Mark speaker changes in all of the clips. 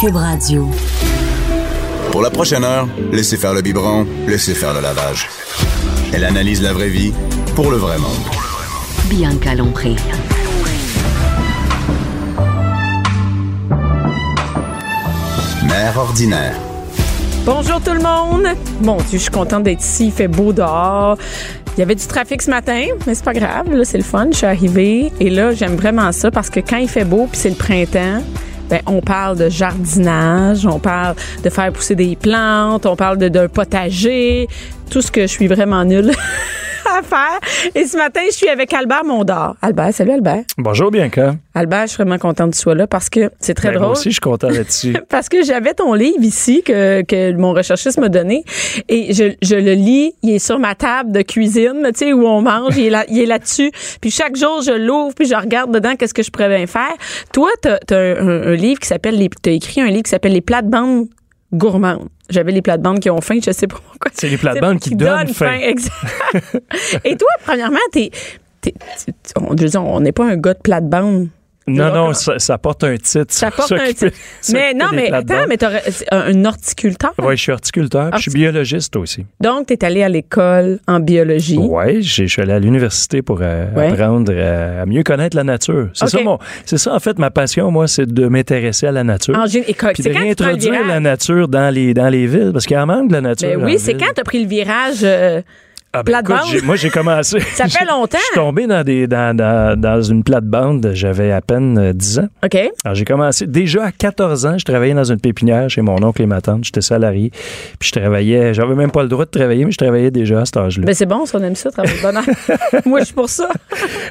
Speaker 1: Cube Radio.
Speaker 2: Pour la prochaine heure, laissez faire le biberon, laissez faire le lavage. Elle analyse la vraie vie pour le vrai monde.
Speaker 1: Bianca Lompré.
Speaker 2: Mère ordinaire.
Speaker 3: Bonjour tout le monde. Bon Dieu, je suis contente d'être ici. Il fait beau dehors. Il y avait du trafic ce matin, mais c'est pas grave. Là, c'est le fun. Je suis arrivée et là, j'aime vraiment ça parce que quand il fait beau puis c'est le printemps, ben on parle de jardinage, on parle de faire pousser des plantes, on parle de d'un potager, tout ce que je suis vraiment nulle à faire. Et ce matin, je suis avec Albert Mondor. Albert, salut Albert.
Speaker 4: Bonjour Bianca.
Speaker 3: Albert, je suis vraiment contente que tu sois là parce que c'est très
Speaker 4: Ben,
Speaker 3: drôle.
Speaker 4: Moi aussi, je suis content d'être ici.
Speaker 3: Parce que j'avais ton livre ici que, que mon recherchiste m'a donné et je, je le lis, il est sur ma table de cuisine, tu sais, où on mange, il est là- il est là-dessus. puis chaque jour, je l'ouvre, puis je regarde dedans qu'est-ce que je pourrais bien faire. Toi, t'as as un, un- un livre qui s'appelle, les- t'as écrit un livre qui s'appelle Les plates-bandes gourmandes. J'avais les plates-bandes qui ont faim, je sais pas pourquoi.
Speaker 4: C'est les plates-bandes qui donnent faim.
Speaker 3: Exact. et toi, premièrement, t'es... t'es- t'es- on- je veux dire, on n'est pas un gars de plates-bandes.
Speaker 4: Non,
Speaker 3: Genre,
Speaker 4: non, ça, ça porte un titre.
Speaker 3: Ça porte un
Speaker 4: S'occuper-
Speaker 3: titre. Mais
Speaker 4: s'occuper
Speaker 3: non,
Speaker 4: des
Speaker 3: mais
Speaker 4: plates-bandes.
Speaker 3: attends, mais Ah, t'aurais- c'est un un horticulteur.
Speaker 4: Ouais, je suis horticulteur, puis je suis biologiste aussi.
Speaker 3: Donc, t'es allé à l'école en biologie.
Speaker 4: Oui, je suis allé à l'université pour euh,
Speaker 3: Ouais.
Speaker 4: apprendre euh, à, à mieux connaître la nature. C'est
Speaker 3: Ok.
Speaker 4: ça, mon- c'est ça, en fait, ma passion, moi, c'est de m'intéresser à la nature.
Speaker 3: En gé- et quand-
Speaker 4: puis
Speaker 3: c'est
Speaker 4: de
Speaker 3: quand tu prends le
Speaker 4: réintroduire
Speaker 3: virage.
Speaker 4: la nature dans les, dans les villes, parce qu'il y en manque de la nature.
Speaker 3: Ben
Speaker 4: en
Speaker 3: oui, c'est
Speaker 4: ville.
Speaker 3: quand t'as pris le virage. euh,
Speaker 4: Ah ben, écoute,
Speaker 3: plate-bande.
Speaker 4: j'ai- Moi, j'ai commencé.
Speaker 3: Ça fait longtemps.
Speaker 4: Je suis tombé dans, des, dans, dans, dans une plate-bande, j'avais à peine euh, 10 ans.
Speaker 3: OK.
Speaker 4: Alors, j'ai commencé. Déjà à 14 ans, je travaillais dans une pépinière chez mon oncle et ma tante. J'étais salarié. Puis je travaillais. J'avais même pas le droit de travailler, mais je travaillais déjà à cet âge-là.
Speaker 3: Ben c'est bon, si on aime ça, travailler de bonheur. Moi, je suis pour ça.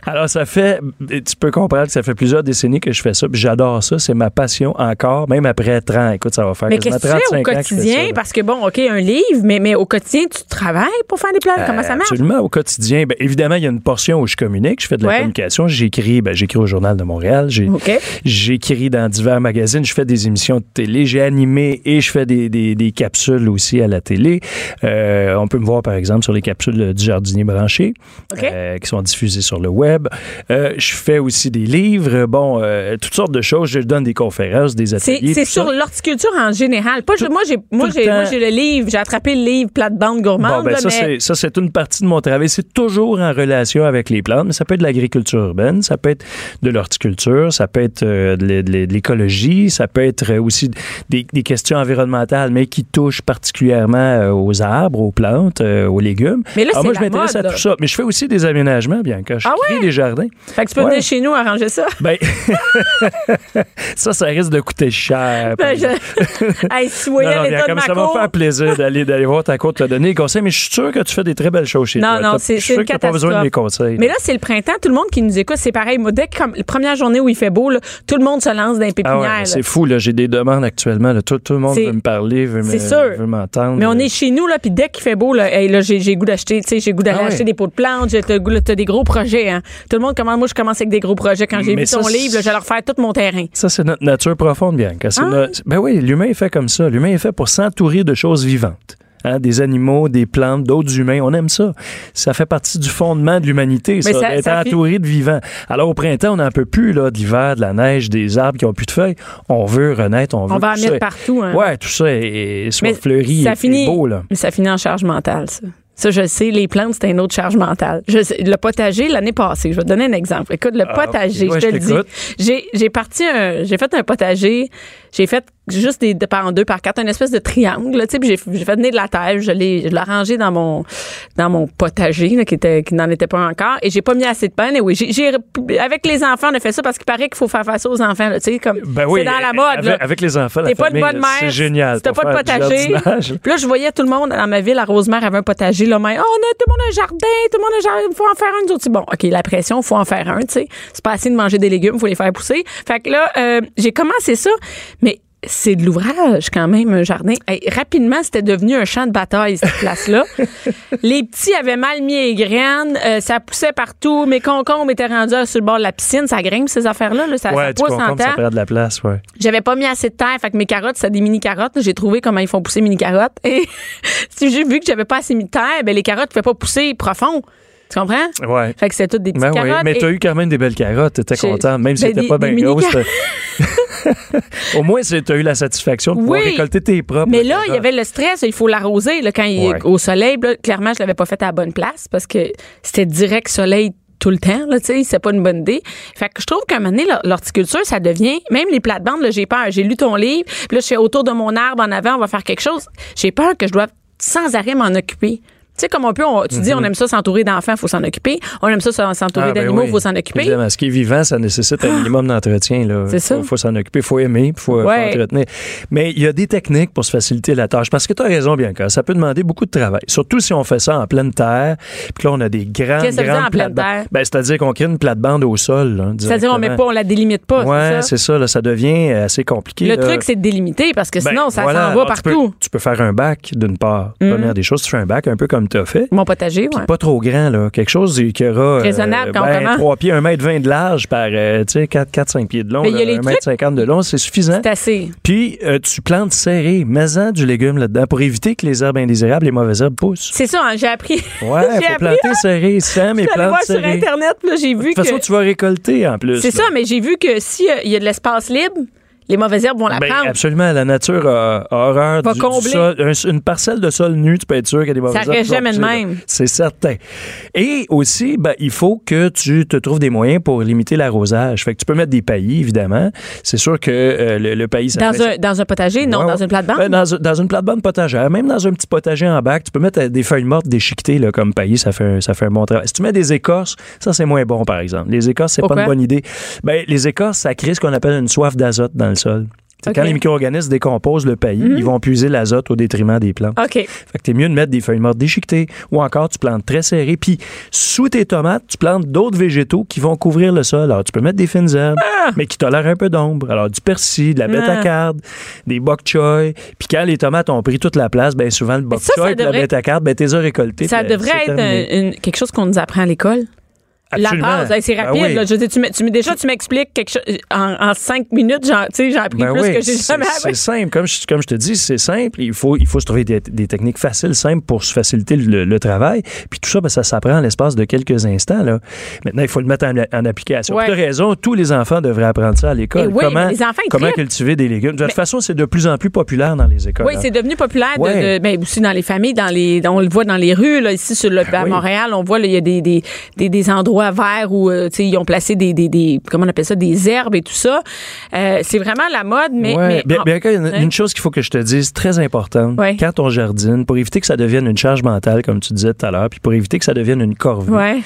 Speaker 4: Alors, ça fait. Tu peux comprendre que ça fait plusieurs décennies que je fais ça. Puis j'adore ça. C'est ma passion encore, même après 30. Écoute, ça va faire
Speaker 3: Mais
Speaker 4: quasiment
Speaker 3: qu'est-ce que tu fais au
Speaker 4: 35 ans que je fais ça,
Speaker 3: quotidien?
Speaker 4: là.
Speaker 3: Parce que bon, OK, un livre, mais, mais au quotidien, tu travailles pour faire des plans. Comment ça marche?
Speaker 4: Absolument, au quotidien. Ben, évidemment, il y a une portion où je communique, je fais de la
Speaker 3: Ouais.
Speaker 4: communication, j'écris, ben, j'écris au Journal de Montréal, j'ai-
Speaker 3: OK.
Speaker 4: j'écris dans divers magazines, je fais des émissions de télé, j'ai animé et je fais des, des- des capsules aussi à la télé. Euh, on peut me voir, par exemple, sur les capsules du jardinier branché,
Speaker 3: OK.
Speaker 4: euh, qui sont diffusées sur le web. Euh, je fais aussi des livres, bon, euh, toutes sortes de choses. Je donne des conférences, des
Speaker 3: C'est
Speaker 4: ateliers.
Speaker 3: c'est
Speaker 4: tout
Speaker 3: sur
Speaker 4: ça.
Speaker 3: l'horticulture en général. Pas, je- moi, j'ai moi,
Speaker 4: tout le
Speaker 3: j'ai- moi,
Speaker 4: temps.
Speaker 3: j'ai le livre, j'ai attrapé le livre plate-bande gourmande.
Speaker 4: Bon, ben,
Speaker 3: là,
Speaker 4: ça,
Speaker 3: mais
Speaker 4: c'est- ça, c'est une partie de mon travail. C'est toujours en relation avec les plantes, mais ça peut être de l'agriculture urbaine, ça peut être de l'horticulture, ça peut être euh, de l'é- de l'é- de l'écologie, ça peut être euh, aussi des, des questions environnementales, mais qui touchent particulièrement euh, aux arbres, aux plantes, euh, aux légumes.
Speaker 3: Mais là,
Speaker 4: Alors,
Speaker 3: c'est
Speaker 4: moi, je
Speaker 3: la
Speaker 4: m'intéresse
Speaker 3: mode,
Speaker 4: à
Speaker 3: là.
Speaker 4: tout ça. Mais je fais aussi des aménagements, bien que je
Speaker 3: Ah
Speaker 4: crée
Speaker 3: ouais?
Speaker 4: des jardins.
Speaker 3: Fait que tu peux
Speaker 4: Ouais.
Speaker 3: venir chez nous arranger ça.
Speaker 4: Ben, ça, ça risque de coûter cher. par
Speaker 3: Ben, je...
Speaker 4: exemple.
Speaker 3: hey, si tu
Speaker 4: Non,
Speaker 3: voyais
Speaker 4: non, bien,
Speaker 3: l'état de
Speaker 4: comme
Speaker 3: ma
Speaker 4: ça va me
Speaker 3: cour.
Speaker 4: faire plaisir d'aller d'aller voir ta cour te donner des conseils, mais je suis sûr que tu fais des très belles choses chez
Speaker 3: Non,
Speaker 4: toi.
Speaker 3: non,
Speaker 4: T'as-
Speaker 3: c'est
Speaker 4: je
Speaker 3: c'est
Speaker 4: suis
Speaker 3: une
Speaker 4: sûr que t'as pas
Speaker 3: catastrophe.
Speaker 4: besoin de mes conseils.
Speaker 3: Mais là, c'est le printemps. Tout le monde qui nous écoute, c'est pareil. Moi, dès que comme, la première journée où il fait beau, là, tout le monde se lance dans les
Speaker 4: Ah
Speaker 3: pépinières.
Speaker 4: ouais,
Speaker 3: là.
Speaker 4: c'est fou, là. J'ai des demandes actuellement. là. Tout, tout le monde
Speaker 3: C'est-
Speaker 4: veut me parler, veut me-
Speaker 3: c'est sûr.
Speaker 4: veut m'entendre.
Speaker 3: mais on est chez nous, là, puis dès qu'il fait beau, là, hey, là, j'ai j'ai goût d'acheter, tu sais, j'ai goût d'aller
Speaker 4: Ah ouais.
Speaker 3: acheter des pots de plantes, j'ai le goût, là, t'as des gros projets, hein. Tout le monde commence, moi, je commence avec des gros projets. Quand j'ai
Speaker 4: Mais
Speaker 3: vu
Speaker 4: ça,
Speaker 3: ton
Speaker 4: c'est-
Speaker 3: livre, là, je vais refaire tout mon terrain.
Speaker 4: Ça, c'est notre nature profonde, bien.
Speaker 3: Ah.
Speaker 4: Ben oui, l'humain est fait comme ça. L'humain est fait pour s'entourer de choses vivantes. Hein, des animaux, des plantes, d'autres humains, on aime ça. Ça fait partie du fondement de l'humanité, ça,
Speaker 3: ça-
Speaker 4: d'être
Speaker 3: ça fit-
Speaker 4: entouré de vivants. Alors au printemps, on n'en peut plus là, de l'hiver, de la neige, des arbres qui ont plus de feuilles. On veut renaître, on veut
Speaker 3: On va en
Speaker 4: tout
Speaker 3: mettre
Speaker 4: ça.
Speaker 3: partout, hein.
Speaker 4: Ouais, tout ça est, est soit
Speaker 3: Mais
Speaker 4: fleuri,
Speaker 3: ça
Speaker 4: et- et
Speaker 3: finit,
Speaker 4: beau là.
Speaker 3: Mais ça finit en charge mentale, ça. Ça, je le sais, les plantes, c'est une autre charge mentale. Je sais, le potager, l'année passée, je vais te donner un exemple. Écoute, le
Speaker 4: Ah,
Speaker 3: potager,
Speaker 4: ok. Ouais,
Speaker 3: je te
Speaker 4: je
Speaker 3: le dis.
Speaker 4: t'écoute.
Speaker 3: J'ai, j'ai parti un, j'ai fait un potager, j'ai fait juste des, de par en deux, par quatre, une espèce de triangle, là, tu sais, puis j'ai, j'ai fait venir de la terre, je l'ai, je l'ai rangé dans mon, dans mon potager, là, qui était, qui n'en était pas encore, et j'ai pas mis assez de pain. Et oui, j'ai, j'ai- avec les enfants, on a fait ça parce qu'il paraît qu'il faut faire face aux enfants, là, tu sais, comme,
Speaker 4: Ben oui,
Speaker 3: c'est dans la
Speaker 4: euh,
Speaker 3: mode,
Speaker 4: avec,
Speaker 3: là.
Speaker 4: avec les enfants, la
Speaker 3: T'es pas de
Speaker 4: famille,
Speaker 3: bonne
Speaker 4: là,
Speaker 3: mère.
Speaker 4: C'est génial.
Speaker 3: Si t'as
Speaker 4: pour
Speaker 3: pas de
Speaker 4: faire du
Speaker 3: potager.
Speaker 4: jardinage.
Speaker 3: Puis là, je voyais tout le monde dans ma ville, à Rosemère, avait un potager. Là, mais, oh, on a, tout le monde a un jardin, tout le monde a un jardin, il faut en faire un. Nous autres, c'est bon, OK, la pression, il faut en faire un, tu sais. C'est pas assez de manger des légumes, il faut les faire pousser. Fait que là, euh, j'ai commencé ça, mais c'est de l'ouvrage quand même, un jardin. Hey, rapidement, c'était devenu un champ de bataille, cette place-là. les petits avaient mal mis les graines, euh, ça poussait partout, mes concombres étaient rendus sur le bord de la piscine, ça grimpe ces affaires-là, là, ça,
Speaker 4: Ouais,
Speaker 3: ça
Speaker 4: du
Speaker 3: pousse en
Speaker 4: concombre, ça
Speaker 3: temps.
Speaker 4: perd de la place, ouais.
Speaker 3: J'avais pas mis assez de terre, fait que mes carottes, c'est des mini carottes. J'ai trouvé comment ils font pousser mini carottes. Et si j'ai vu que j'avais pas assez mis de terre, ben les carottes pouvaient pas pousser profond. Tu comprends?
Speaker 4: Ouais.
Speaker 3: Fait que c'était toutes des petites
Speaker 4: Ben oui,
Speaker 3: carottes.
Speaker 4: mais
Speaker 3: et-
Speaker 4: t'as eu quand même des belles carottes, t'étais
Speaker 3: J'ai-
Speaker 4: content, même si
Speaker 3: ben,
Speaker 4: t'étais
Speaker 3: des-
Speaker 4: pas
Speaker 3: des
Speaker 4: bien
Speaker 3: mini
Speaker 4: grosse. t'as- Au moins, tu as eu la satisfaction de pouvoir
Speaker 3: Oui.
Speaker 4: récolter tes propres.
Speaker 3: Mais là, il y
Speaker 4: carottes.
Speaker 3: avait le stress, il faut l'arroser là, quand il
Speaker 4: Ouais.
Speaker 3: est au soleil. Là, clairement, je l'avais pas fait à la bonne place parce que c'était direct soleil tout le temps. Là, tu sais, c'est pas une bonne idée. Fait que je trouve qu'à un moment donné, l'hor- l'horticulture, ça devient. Même les plates-bandes, là, j'ai peur. J'ai lu ton livre, puis là, je suis autour de mon arbre en avant, on va faire quelque chose. J'ai peur que je doive sans arrêt m'en occuper. Tu sais, comme on peut, on- tu dis, on aime ça s'entourer d'enfants, faut s'en occuper. On aime ça s'entourer
Speaker 4: Mhm. Ah, ben
Speaker 3: d'animaux,
Speaker 4: oui.
Speaker 3: faut s'en occuper. Ah!
Speaker 4: Évidemment, ce qui est vivant, ça nécessite un minimum d'entretien. là.
Speaker 3: C'est ça.
Speaker 4: Faut, faut s'en occuper, faut aimer, puis faut, faut
Speaker 3: Ouais.
Speaker 4: entretenir. Mais il y a des techniques pour se faciliter la tâche. Parce que tu as raison, Bianca. Ça peut demander beaucoup de travail. Surtout si on fait ça en pleine terre. Puis là, on a des grandes.
Speaker 3: Qu'est-ce que ça veut dire
Speaker 4: grandes
Speaker 3: en pleine
Speaker 4: plates-bandes.
Speaker 3: terre?
Speaker 4: Ben, c'est-à-dire qu'on crée une plate-bande au sol. là,
Speaker 3: C'est-à-dire, on met
Speaker 4: directement.
Speaker 3: pas, on la délimite pas.
Speaker 4: Ouais,
Speaker 3: c'est ça?
Speaker 4: c'est ça. là, ça devient euh, assez compliqué.
Speaker 3: Le
Speaker 4: là.
Speaker 3: truc, c'est de délimiter parce que
Speaker 4: Ben,
Speaker 3: sinon, ça
Speaker 4: voilà.
Speaker 3: s'en va
Speaker 4: Alors, tu peux-
Speaker 3: partout.
Speaker 4: Tu peux, faire un bac, d'une part. Première des choses, tu fais un bac un peu comme tu as fait.
Speaker 3: Mon potager, ouais.
Speaker 4: Pas trop grand, là. Quelque chose qui aura.
Speaker 3: Raisonnable quand on
Speaker 4: ben,
Speaker 3: commence.
Speaker 4: 3 pieds, 1 mètre 20 de large par, euh, tu sais, 4-5 pieds de long.
Speaker 3: Mais il y a
Speaker 4: là,
Speaker 3: les
Speaker 4: 1 mètre 50 de long, c'est suffisant.
Speaker 3: C'est assez.
Speaker 4: Puis, euh, tu plantes serré, mets-en du légume là-dedans pour éviter que les herbes indésirables, les mauvaises herbes poussent.
Speaker 3: C'est ça, hein, j'ai appris.
Speaker 4: Ouais,
Speaker 3: J'ai
Speaker 4: faut
Speaker 3: appris,
Speaker 4: planter serré, Sam, et
Speaker 3: Je suis allée
Speaker 4: plante
Speaker 3: voir sur
Speaker 4: serré. De
Speaker 3: Internet, puis là, j'ai vu
Speaker 4: toute façon,
Speaker 3: que.
Speaker 4: tu vas récolter en plus.
Speaker 3: C'est
Speaker 4: là.
Speaker 3: ça, mais j'ai vu que s'il y a de l'espace libre, les mauvaises herbes vont la
Speaker 4: Ben,
Speaker 3: prendre.
Speaker 4: absolument, la nature a, a horreur
Speaker 3: Va
Speaker 4: du, du
Speaker 3: combler.
Speaker 4: sol. Un- une parcelle de sol nu, tu peux être sûr qu'il y a des mauvaises
Speaker 3: reste
Speaker 4: herbes qui vont
Speaker 3: jamais de
Speaker 4: pousser,
Speaker 3: même.
Speaker 4: là. C'est certain. Et aussi, ben, il faut que tu te trouves des moyens pour limiter l'arrosage. Fait que tu peux mettre des paillis, évidemment. C'est sûr que euh, le, le paillis... ça
Speaker 3: Dans
Speaker 4: fait-
Speaker 3: un, dans un potager, non,
Speaker 4: Ouais,
Speaker 3: dans
Speaker 4: ouais.
Speaker 3: une plate-bande.
Speaker 4: Ben, dans, un- dans une plate-bande potagère, même dans un petit potager en bac, tu peux mettre euh, des feuilles mortes déchiquetées là, comme paillis, ça fait, un- ça fait un bon travail. Si tu mets des écorces, ça c'est moins bon par exemple. Les écorces, c'est pas
Speaker 3: Pourquoi?
Speaker 4: une bonne idée. Ben, les écorces, ça crée ce qu'on appelle une soif d'azote dans le sol. C'est
Speaker 3: Ok. Mhm.
Speaker 4: Quand les micro-organismes décomposent le paillis, ils vont puiser l'azote au détriment des plantes.
Speaker 3: OK.
Speaker 4: Fait que t'es mieux de mettre des feuilles mortes déchiquetées ou encore tu plantes très serré. Puis sous tes tomates, tu plantes d'autres végétaux qui vont couvrir le sol. Alors tu peux mettre des fines herbes,
Speaker 3: Ah!
Speaker 4: mais qui tolèrent un peu d'ombre. Alors du persil, de la bêta-carde, des bok choy. Puis quand les tomates ont pris toute la place, bien souvent le bok
Speaker 3: ça, ça
Speaker 4: choy et la
Speaker 3: devrait-
Speaker 4: bêta-carde, ben t'es récolté.
Speaker 3: Ça devrait être un- une- quelque chose qu'on nous apprend à l'école. La base, hey, c'est
Speaker 4: Ben
Speaker 3: rapide. là. Je veux dire, tu, mets- tu mets- déjà, tu m'expliques quelque chose en, en cinq minutes. j'en- tu sais, J'ai appris plus que j'ai
Speaker 4: Ben c'est
Speaker 3: jamais
Speaker 4: c'est
Speaker 3: appris.
Speaker 4: simple. Comme je, comme je te dis, c'est simple. Il faut, il faut se trouver des, des techniques faciles, simples pour se faciliter le, le travail. Puis tout ça, ben, ça s'apprend en l'espace de quelques instants. Là. Maintenant, il faut le mettre en, en application.
Speaker 3: Ouais.
Speaker 4: Tu as raison, tous les enfants devraient apprendre ça à
Speaker 3: Eh
Speaker 4: l'école.
Speaker 3: oui,
Speaker 4: comment
Speaker 3: mais les enfants, ils
Speaker 4: comment
Speaker 3: trippent.
Speaker 4: cultiver des légumes. De toute façon, c'est de plus en plus populaire dans les écoles.
Speaker 3: Oui,
Speaker 4: hein.
Speaker 3: c'est devenu populaire de-
Speaker 4: Ouais.
Speaker 3: de- ben, aussi dans les familles, dans les, on le voit dans les rues là, ici sur le, à
Speaker 4: Ben oui.
Speaker 3: Montréal, on voit là, il y a des, des, des, des endroits verts où euh, tu sais, ils ont placé des, des, des comment on appelle ça des herbes et tout ça. Euh, c'est vraiment la mode, mais,
Speaker 4: Ouais.
Speaker 3: mais
Speaker 4: Bien,
Speaker 3: en- hein?
Speaker 4: bien qu'il y a une,
Speaker 3: Ouais.
Speaker 4: une chose qu'il faut que je te dise, très importante,
Speaker 3: Ouais.
Speaker 4: quand on jardine, pour éviter que ça devienne une charge mentale, comme tu disais tout à l'heure, puis pour éviter que ça devienne une corvée,
Speaker 3: ouais.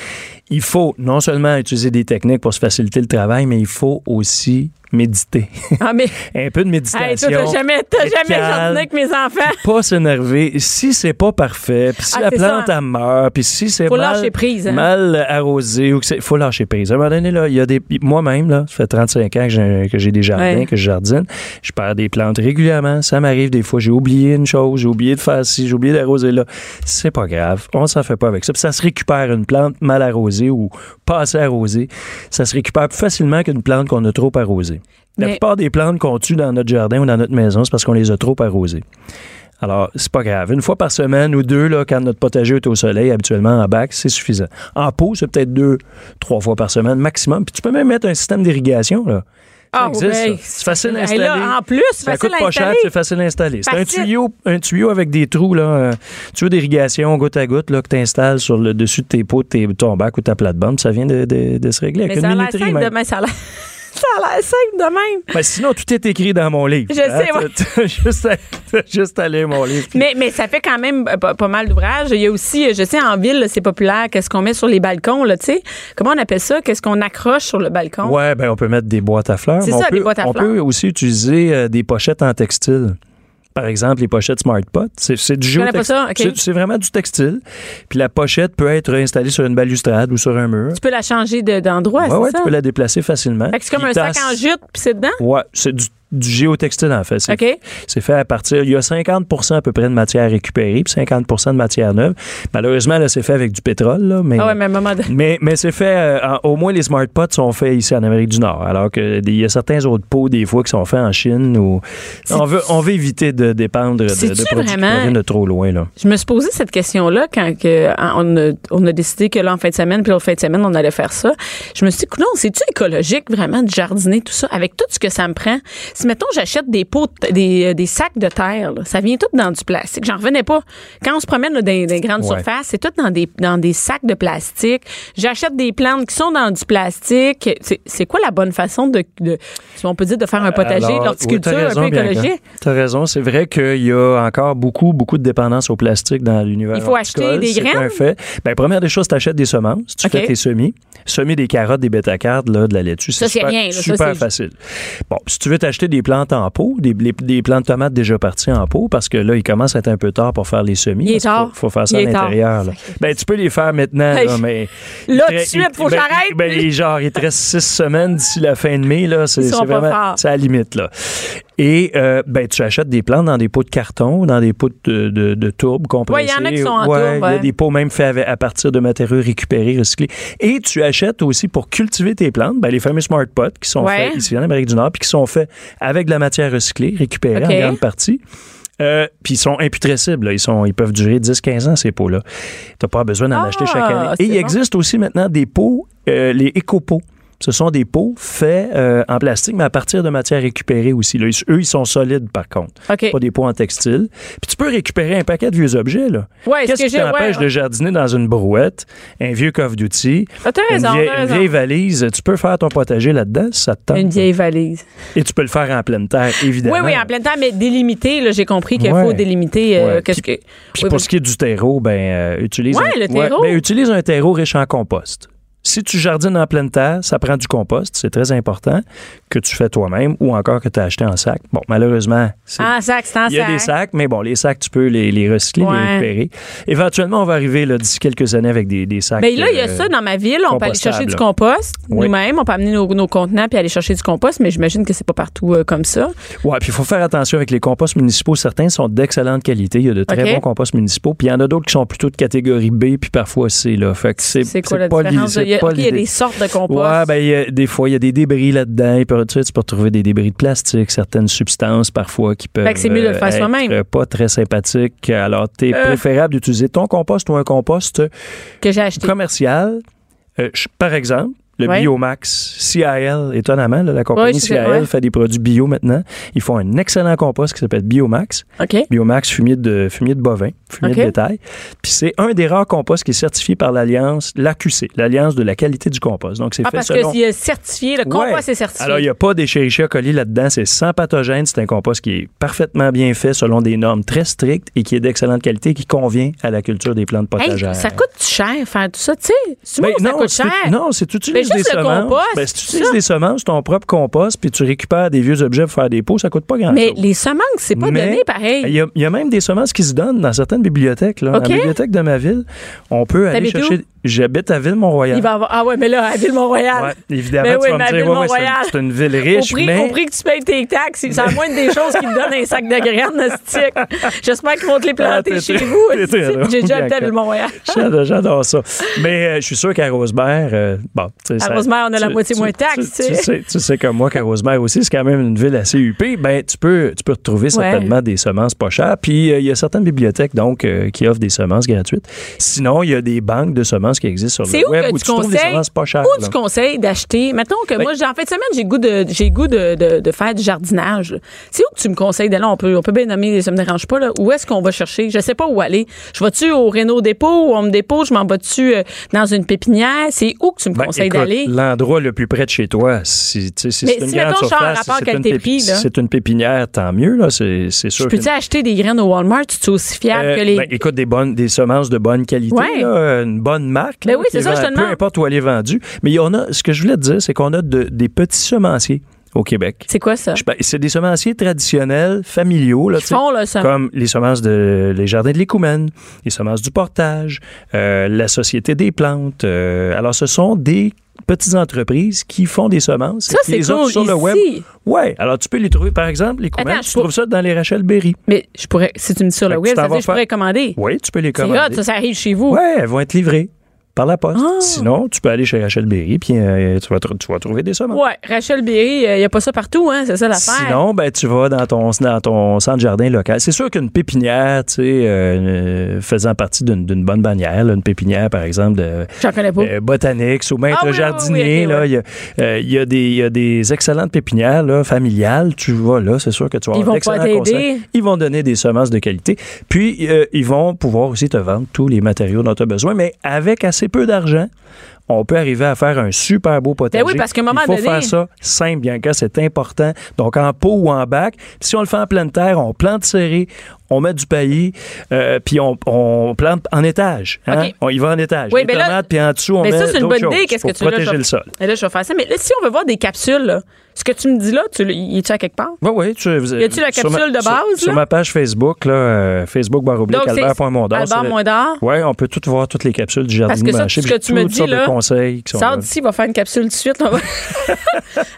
Speaker 4: il faut non seulement utiliser des techniques pour se faciliter le travail, mais il faut aussi méditer.
Speaker 3: Ah mais
Speaker 4: un peu de
Speaker 3: hey,
Speaker 4: méditation.
Speaker 3: toi, t'as jamais t'as
Speaker 4: être
Speaker 3: jamais
Speaker 4: calme.
Speaker 3: jardiné avec mes enfants.
Speaker 4: Pas s'énerver. Si c'est pas parfait, puis si
Speaker 3: Ah,
Speaker 4: la
Speaker 3: c'est
Speaker 4: plante
Speaker 3: ça.
Speaker 4: elle meurt, puis si c'est
Speaker 3: Faut
Speaker 4: mal,
Speaker 3: lâcher prise, hein.
Speaker 4: mal arrosé, ou que c'est- faut lâcher prise. À un moment donné, là, il y a des. Moi-même, là, ça fait 35 ans que j'ai, que j'ai des jardins,
Speaker 3: Ouais.
Speaker 4: que je jardine. Je perds des plantes régulièrement. Ça m'arrive des fois. J'ai oublié une chose, j'ai oublié de faire ci, j'ai oublié d'arroser là. C'est pas grave. On s'en fait pas avec ça. Puis ça se récupère une plante mal arrosée ou pas assez arrosée. Ça se récupère plus facilement qu'une plante qu'on a trop arrosée. La
Speaker 3: Mais-
Speaker 4: plupart des plantes qu'on tue dans notre jardin ou dans notre maison, c'est parce qu'on les a trop arrosées. Alors, c'est pas grave. Une fois par semaine ou deux, là, quand notre potager est au soleil, habituellement en bac, c'est suffisant. En pot, c'est peut-être deux, trois fois par semaine maximum. Puis tu peux même mettre un système d'irrigation, là. Ça
Speaker 3: Ah,
Speaker 4: existe,
Speaker 3: ouais.
Speaker 4: ça. C'est facile à
Speaker 3: Hey,
Speaker 4: installer.
Speaker 3: là, en plus,
Speaker 4: ça
Speaker 3: facile
Speaker 4: coûte
Speaker 3: à
Speaker 4: pas cher,
Speaker 3: installer.
Speaker 4: c'est facile à installer. C'est un
Speaker 3: Facile.
Speaker 4: tuyau, un tuyau avec des trous, là, euh, tuyau d'irrigation goutte à goutte, là, que tu installes sur le dessus de tes pots, de tes- ton bac ou ta plate-bande. Ça vient de, de- de se régler avec
Speaker 3: Mais ça a
Speaker 4: une
Speaker 3: l'air
Speaker 4: minuterie,
Speaker 3: simple
Speaker 4: même.
Speaker 3: de même. Ça a l'air ça a l'air simple de même.
Speaker 4: Ben, sinon, tout est écrit dans mon livre. Hein,
Speaker 3: Je sais, ouais.
Speaker 4: T'as- t'as juste, à, t'as juste à lire mon livre.
Speaker 3: Mais, mais ça fait quand même euh, pas, pas mal d'ouvrages. Il y a aussi, euh, je sais, en ville, là, c'est populaire, qu'est-ce qu'on met sur les balcons, là, tu sais. Comment on appelle ça? Qu'est-ce qu'on accroche sur le balcon?
Speaker 4: Ouais, ben on peut mettre des boîtes à fleurs.
Speaker 3: C'est
Speaker 4: mais on
Speaker 3: ça,
Speaker 4: peut,
Speaker 3: des boîtes à
Speaker 4: on
Speaker 3: fleurs.
Speaker 4: peut aussi utiliser euh, des pochettes en textile. Par exemple, les pochettes Smart Pot, c'est c'est du
Speaker 3: Je connais pas
Speaker 4: géotextile.
Speaker 3: ça, ok.
Speaker 4: C'est- C'est vraiment du textile. Puis la pochette peut être installée sur une balustrade ou sur un mur.
Speaker 3: Tu peux la changer de- d'endroit,
Speaker 4: ouais,
Speaker 3: c'est
Speaker 4: ouais,
Speaker 3: ça?
Speaker 4: tu peux la déplacer facilement.
Speaker 3: Fait que c'est comme
Speaker 4: Puis
Speaker 3: un sac
Speaker 4: t'as-
Speaker 3: en jute, puis c'est dedans?
Speaker 4: Ouais, c'est du, du géotextile, en fait. C'est
Speaker 3: OK.
Speaker 4: c'est fait à partir, il y a 50 à peu près de matière récupérée, puis 50 de matière neuve. Malheureusement, là, c'est fait avec du pétrole, là, mais,
Speaker 3: Ah ouais, mais à un moment donné-
Speaker 4: mais, mais c'est fait, euh, en- au moins les smart pots sont faits ici en Amérique du Nord, alors qu'il y a certains autres pots, des fois, qui sont faits en Chine. Ou... On, veut, on veut éviter de dépendre de, de
Speaker 3: C'est-tu
Speaker 4: produits qui
Speaker 3: vraiment-
Speaker 4: proviennent de trop loin. Là.
Speaker 3: Je me suis posé cette question-là quand que, en- on, a, on a décidé que là, en fin de semaine, puis l'autre fin de semaine, on allait faire ça. Je me suis dit, non, c'est-tu écologique vraiment de jardiner tout ça avec tout ce que ça me prend? Si, mettons, j'achète des pots, de- des, euh, des sacs de terre, là, ça vient tout dans du plastique. J'en revenais pas. Quand on se promène là, dans dans les grandes
Speaker 4: Ouais.
Speaker 3: surfaces, c'est tout dans des, dans des sacs de plastique. J'achète des plantes qui sont dans du plastique. C'est- C'est quoi la bonne façon de, de- si on peut dire, de faire
Speaker 4: Euh,
Speaker 3: un potager, de l'horticulture un peu écologique?
Speaker 4: Tu as raison, c'est vrai qu'il y a encore beaucoup, beaucoup de dépendance au plastique dans l'univers.
Speaker 3: Il faut acheter
Speaker 4: horticole,
Speaker 3: des
Speaker 4: c'est
Speaker 3: graines?
Speaker 4: un fait. Ben, première des choses, tu achètes des semences, tu
Speaker 3: OK.
Speaker 4: fais tes semis, semis des carottes, des bêta-cartes, là, de la laitue.
Speaker 3: Ça, c'est
Speaker 4: super,
Speaker 3: rien, là. Ça,
Speaker 4: super
Speaker 3: c'est-
Speaker 4: facile. Bon, si tu veux t'acheter des plantes en pot, des, les- des plantes de tomates déjà parties en pot, parce que là, il commence à être un peu tard pour faire les semis.
Speaker 3: Il est
Speaker 4: parce qu'il faut-
Speaker 3: tard.
Speaker 4: faut, faire ça
Speaker 3: Il
Speaker 4: à
Speaker 3: est tard.
Speaker 4: l'intérieur. là. Ben, tu peux les faire maintenant,
Speaker 3: Hey,
Speaker 4: là, mais...
Speaker 3: Là,
Speaker 4: Très-
Speaker 3: tout de suite,
Speaker 4: il-
Speaker 3: faut que
Speaker 4: ben,
Speaker 3: j'arrête.
Speaker 4: ben,
Speaker 3: puis-
Speaker 4: il- genre, il te reste six semaines d'ici la fin de mai. Là, c'est,
Speaker 3: Ils seront
Speaker 4: c'est
Speaker 3: pas
Speaker 4: vraiment-
Speaker 3: forts.
Speaker 4: c'est à la limite. Là. Et euh, ben, tu achètes des plantes dans des pots de carton, dans des pots de, de, de tourbe compressés.
Speaker 3: Ouais, il y en a qui sont en
Speaker 4: Ouais,
Speaker 3: tourbe,
Speaker 4: Il y a
Speaker 3: ouais.
Speaker 4: des pots même faits avec- à partir de matériaux récupérés, recyclés. Et tu achètes aussi pour cultiver tes plantes ben, les fameux smart pots qui sont
Speaker 3: Ouais.
Speaker 4: faits ici en Amérique du Nord puis qui sont faits avec de la matière recyclée, récupérée
Speaker 3: OK.
Speaker 4: en grande partie. Euh, puis ils sont imputrescibles. là. Ils, sont, ils peuvent durer 10-15 ans, ces pots-là. T'as pas besoin d'en
Speaker 3: Ah,
Speaker 4: acheter chaque année.
Speaker 3: c'est
Speaker 4: Et il
Speaker 3: bon.
Speaker 4: existe aussi maintenant des pots, euh, les écopots. Ce sont des pots faits euh, en plastique, mais à partir de matières récupérées aussi. là. Ils- eux, ils sont solides, par contre.
Speaker 3: OK.
Speaker 4: Pas des pots en textile. Puis tu peux récupérer un paquet de vieux objets. là.
Speaker 3: Ouais, ce
Speaker 4: Qu'est-ce
Speaker 3: que
Speaker 4: qui
Speaker 3: j'ai-
Speaker 4: t'empêche
Speaker 3: ouais.
Speaker 4: de jardiner dans une brouette, un vieux coffre d'outils,
Speaker 3: Ah, t'as
Speaker 4: une,
Speaker 3: raison,
Speaker 4: vieille,
Speaker 3: t'as
Speaker 4: une
Speaker 3: raison.
Speaker 4: vieille valise? Tu peux faire ton potager là-dedans si ça te tente.
Speaker 3: Une vieille valise.
Speaker 4: Et tu peux le faire en pleine terre, évidemment.
Speaker 3: Oui, oui, en plein temps, mais délimité, là, j'ai compris qu'il
Speaker 4: Ouais.
Speaker 3: faut délimiter euh,
Speaker 4: Ouais.
Speaker 3: qu'est-ce que.
Speaker 4: Puis- Puis
Speaker 3: Oui,
Speaker 4: pour
Speaker 3: oui.
Speaker 4: ce qui est du terreau, ben euh, utilise
Speaker 3: Ouais,
Speaker 4: un,
Speaker 3: le terreau.
Speaker 4: ben, utilise un terreau riche en compost. Si tu jardines en pleine terre, ça prend du compost, c'est très important que tu fais toi-même ou encore que tu as acheté en sac. Bon, malheureusement, c'est-
Speaker 3: Ah, sac, c'est en
Speaker 4: il y a
Speaker 3: sac.
Speaker 4: des sacs, mais bon, les sacs, tu peux les, les recycler,
Speaker 3: Ouais.
Speaker 4: les récupérer. Éventuellement, on va arriver là, d'ici quelques années avec des, des sacs.
Speaker 3: Mais Ben, là, il y a
Speaker 4: euh,
Speaker 3: ça dans ma ville. On peut aller
Speaker 4: compostable,
Speaker 3: chercher du
Speaker 4: là.
Speaker 3: compost
Speaker 4: Oui.
Speaker 3: nous-mêmes. On peut amener nos, nos contenants puis aller chercher du compost, mais j'imagine que c'est pas partout euh, comme ça.
Speaker 4: Ouais, puis il faut faire attention avec les composts municipaux. Certains sont d'excellente qualité. Il y a de très
Speaker 3: OK.
Speaker 4: bons composts municipaux. Puis il y en a d'autres qui sont plutôt de catégorie B, puis parfois C. Là. Fait que c'est,
Speaker 3: C'est quoi la
Speaker 4: pas
Speaker 3: différence?
Speaker 4: l'idée-
Speaker 3: Il y a,
Speaker 4: c'est pas
Speaker 3: ok, il y a
Speaker 4: l'idée.
Speaker 3: des sortes de compost.
Speaker 4: Ouais, ben, il y a- des fois, il y a des débris là-dedans. Il peut- Tu, sais, tu peux retrouver des débris de plastique, certaines substances parfois qui peuvent
Speaker 3: Fait que c'est mieux de le faire
Speaker 4: euh, être,
Speaker 3: soi-même.
Speaker 4: euh, pas très sympathiques. Alors, t'es
Speaker 3: Euh.
Speaker 4: préférable d'utiliser ton compost ou un compost
Speaker 3: que j'ai acheté.
Speaker 4: commercial. Euh, je- par exemple, le
Speaker 3: Ouais.
Speaker 4: Biomax, CIL, étonnamment, là, la compagnie
Speaker 3: je sais,
Speaker 4: CIL
Speaker 3: ouais.
Speaker 4: fait des produits bio maintenant. Ils font un excellent compost qui s'appelle Biomax.
Speaker 3: OK.
Speaker 4: Biomax, fumier de, fumier de bovin, fumier
Speaker 3: OK.
Speaker 4: de bétail. Puis c'est un des rares composts qui est certifié par l'Alliance, l'AQC, l'Alliance de la qualité du compost. Donc, c'est
Speaker 3: Ah,
Speaker 4: fait
Speaker 3: parce
Speaker 4: selon...
Speaker 3: que c'est certifié. Le
Speaker 4: Ouais.
Speaker 3: compost est certifié.
Speaker 4: Alors, il n'y a pas d'Escherichia coli là-dedans. C'est sans pathogène. C'est un compost qui est parfaitement bien fait selon des normes très strictes et qui est d'excellente qualité et qui convient à la culture des plantes
Speaker 3: Hey,
Speaker 4: potagères.
Speaker 3: ça coûte cher faire tout ça, tu sais. Souvent,
Speaker 4: Ben,
Speaker 3: ça coûte
Speaker 4: si
Speaker 3: cher.
Speaker 4: tu- non, c'est tu utilises
Speaker 3: Mais
Speaker 4: des
Speaker 3: juste le
Speaker 4: semences.
Speaker 3: compost,
Speaker 4: ben, si tu
Speaker 3: c'est
Speaker 4: utilises
Speaker 3: ça.
Speaker 4: des semences, ton propre compost, puis tu récupères des vieux objets pour faire des pots, ça coûte pas grand-chose.
Speaker 3: Mais les semences, c'est pas
Speaker 4: Mais
Speaker 3: donné pareil.
Speaker 4: Il y, a, il y a même des semences qui se donnent dans certaines bibliothèques. Là.
Speaker 3: OK.
Speaker 4: La bibliothèque de ma ville, on peut aller
Speaker 3: T'habites où?
Speaker 4: chercher. J'habite à Ville-Mont-Royal.
Speaker 3: Il va avoir... Ah ouais, mais là, à Ville-Mont-Royal.
Speaker 4: Ouais, évidemment,
Speaker 3: Ben
Speaker 4: tu
Speaker 3: oui,
Speaker 4: vas
Speaker 3: mais
Speaker 4: me
Speaker 3: à
Speaker 4: dire, ouais, ouais, c'est une-
Speaker 3: Ville-Mont-Royal,
Speaker 4: c'est une ville
Speaker 3: Au
Speaker 4: riche,
Speaker 3: prix,
Speaker 4: mais.
Speaker 3: au prix que tu payes tes taxes, c'est la moindre des choses qui te donnent un sac de graines, stick. J'espère qu'ils vont te les planter
Speaker 4: Ah, t'es-
Speaker 3: chez
Speaker 4: t'es-
Speaker 3: vous.
Speaker 4: t'es très drôle,
Speaker 3: J'ai déjà habité à
Speaker 4: Bianca.
Speaker 3: Ville-Montréal.
Speaker 4: J'adore, j'adore ça. Mais euh, je suis sûr qu'à Rosemère, euh, bon, tu sais,
Speaker 3: À
Speaker 4: ça-
Speaker 3: Rosemère, on a la
Speaker 4: tu-
Speaker 3: moitié
Speaker 4: tu-
Speaker 3: moins de taxes,
Speaker 4: Tu,
Speaker 3: tu
Speaker 4: tu
Speaker 3: sais.
Speaker 4: sais, tu sais comme moi qu'à Rosemère aussi, c'est quand même une ville assez huppée. Ben, tu peux, tu peux retrouver certainement des semences pas chères. Puis euh, il y a certaines bibliothèques donc euh, qui offrent des semences gratuites. Sinon, il y a des banques de semences qui existent sur
Speaker 3: C'est
Speaker 4: le
Speaker 3: où
Speaker 4: web
Speaker 3: que
Speaker 4: où
Speaker 3: tu
Speaker 4: tu trouves des
Speaker 3: conseilles?
Speaker 4: semences pas chères.
Speaker 3: Où
Speaker 4: là. Ben
Speaker 3: tu conseilles d'acheter? Mettons que moi, j'ai- en fin de semaine, j'ai goût de, j'ai goût de, de, de faire du jardinage. là. C'est où que tu me conseilles d'aller? On peut, on peut bien nommer, ça me dérange pas, là. Où est-ce qu'on va chercher? Je sais pas où aller. Je vais-tu au Renault dépôt, où on me dépose, je m'en vais-tu euh, dans une pépinière? C'est où que tu me
Speaker 4: Ben,
Speaker 3: conseilles
Speaker 4: écoute,
Speaker 3: d'aller?
Speaker 4: L'endroit le plus près de chez toi, si, tu sais, si
Speaker 3: Mais
Speaker 4: c'est une
Speaker 3: si,
Speaker 4: grande
Speaker 3: mettons, genre,
Speaker 4: surface, si
Speaker 3: rapport
Speaker 4: c'est une,
Speaker 3: qualité-prix,
Speaker 4: pépi-
Speaker 3: là.
Speaker 4: si c'est une pépinière, tant mieux. Là, c'est, c'est sûr.
Speaker 3: Je
Speaker 4: qu'une
Speaker 3: peux-tu acheter des graines au Walmart? Tu es aussi fiable que
Speaker 4: Euh,
Speaker 3: les.
Speaker 4: ben, écoute, des, bonnes, des semences de bonne qualité,
Speaker 3: Ouais.
Speaker 4: là, une bonne marque.
Speaker 3: Ben
Speaker 4: là,
Speaker 3: oui,
Speaker 4: qui
Speaker 3: c'est ça,
Speaker 4: vend-
Speaker 3: je te demande.
Speaker 4: Peu importe où elle est vendue. Mais il y en a, ce que je voulais te dire, c'est qu'on a de- des petits semenciers au Québec.
Speaker 3: c'est quoi ça?
Speaker 4: Je sais pas, C'est des semenciers traditionnels, familiaux. Là,
Speaker 3: Qui
Speaker 4: tu sais,
Speaker 3: font, là, ça.
Speaker 4: Comme les semences de les jardins de l'écoumène, les semences du portage, euh, la Société des plantes. euh, alors, ce sont des petites entreprises qui font des semences.
Speaker 3: Ça,
Speaker 4: et qui
Speaker 3: c'est
Speaker 4: les
Speaker 3: cool,
Speaker 4: offrent sur le web.
Speaker 3: ici.
Speaker 4: Ouais. Alors, tu peux les trouver, par exemple, les commandes.
Speaker 3: Attends,
Speaker 4: Tu
Speaker 3: je peux-
Speaker 4: trouves ça dans les Rachel Berry.
Speaker 3: Mais je pourrais, si tu me dis sur le
Speaker 4: Fait que
Speaker 3: web,
Speaker 4: tu t'en
Speaker 3: ça veut dire
Speaker 4: vas
Speaker 3: que je pourrais
Speaker 4: faire-
Speaker 3: commander.
Speaker 4: Oui, tu peux les
Speaker 3: C'est
Speaker 4: commander.
Speaker 3: hot, ça, ça arrive chez vous.
Speaker 4: Ouais, elles vont être livrées par la poste.
Speaker 3: Oh. Ah.
Speaker 4: Sinon, tu peux aller chez Rachel Berry puis euh, tu, vas tr- tu vas trouver des semences.
Speaker 3: Ouais, Rachel Berry, il n'y a pas ça partout, hein, c'est ça l'affaire.
Speaker 4: Sinon, ben, tu vas dans ton, dans ton centre jardin local. C'est sûr qu'une pépinière, tu sais, euh, euh, faisant partie d'une d'une bonne bannière, là, une pépinière, par exemple, de,
Speaker 3: J'en connais pas.
Speaker 4: euh, Botanix ou maître
Speaker 3: Ah oui, oui, oui,
Speaker 4: jardinier.
Speaker 3: ok,
Speaker 4: là,
Speaker 3: ouais.
Speaker 4: il, y a, euh, il y a des, il y a des excellentes pépinières là, familiales. Tu vas là, c'est sûr que tu vas
Speaker 3: Ils
Speaker 4: avoir
Speaker 3: vont pas
Speaker 4: d'excellents
Speaker 3: t'aider.
Speaker 4: conseils. Ils vont donner des semences de qualité. Puis, euh, ils vont pouvoir aussi te vendre tous les matériaux dont tu as besoin, mais avec assez peu d'argent. On peut arriver à faire un super beau potager.
Speaker 3: Ben oui, parce qu'à un moment
Speaker 4: Il faut
Speaker 3: donné-
Speaker 4: faire ça simple, bien que c'est important. Donc, en pot ou en bac, si on le fait en pleine terre, on plante serré, on met du paillis, euh, puis on, on plante en étage. hein.
Speaker 3: OK.
Speaker 4: On y va en étage.
Speaker 3: Oui,
Speaker 4: Les
Speaker 3: ben là-
Speaker 4: tomates, puis en dessous, on
Speaker 3: Mais
Speaker 4: met
Speaker 3: ça, c'est une
Speaker 4: d'autres
Speaker 3: bonne idée.
Speaker 4: choses
Speaker 3: Qu'est-ce
Speaker 4: pour
Speaker 3: que tu veux
Speaker 4: protéger le sol.
Speaker 3: Et là, je vais faire ça. Mais là, si on veut voir des capsules, là, ce que tu me dis là, tu, le- y est-tu à quelque part?
Speaker 4: Oui, oui. Tu, vous-
Speaker 3: Y a-t-il la
Speaker 4: sur ma-
Speaker 3: capsule de
Speaker 4: sur-
Speaker 3: base, là?
Speaker 4: Sur, ma page Facebook, là, euh, Facebook barre oblique,
Speaker 3: Donc, c'est
Speaker 4: albert.mondor.
Speaker 3: Albert Mondor.
Speaker 4: Oui, on peut tout voir toutes les capsules du jardin
Speaker 3: Parce que ça,
Speaker 4: marché.
Speaker 3: tout ce que tu me dis, là,
Speaker 4: conseils qui sont
Speaker 3: Sors
Speaker 4: là.
Speaker 3: d'ici, il va faire une capsule tout de suite. on va-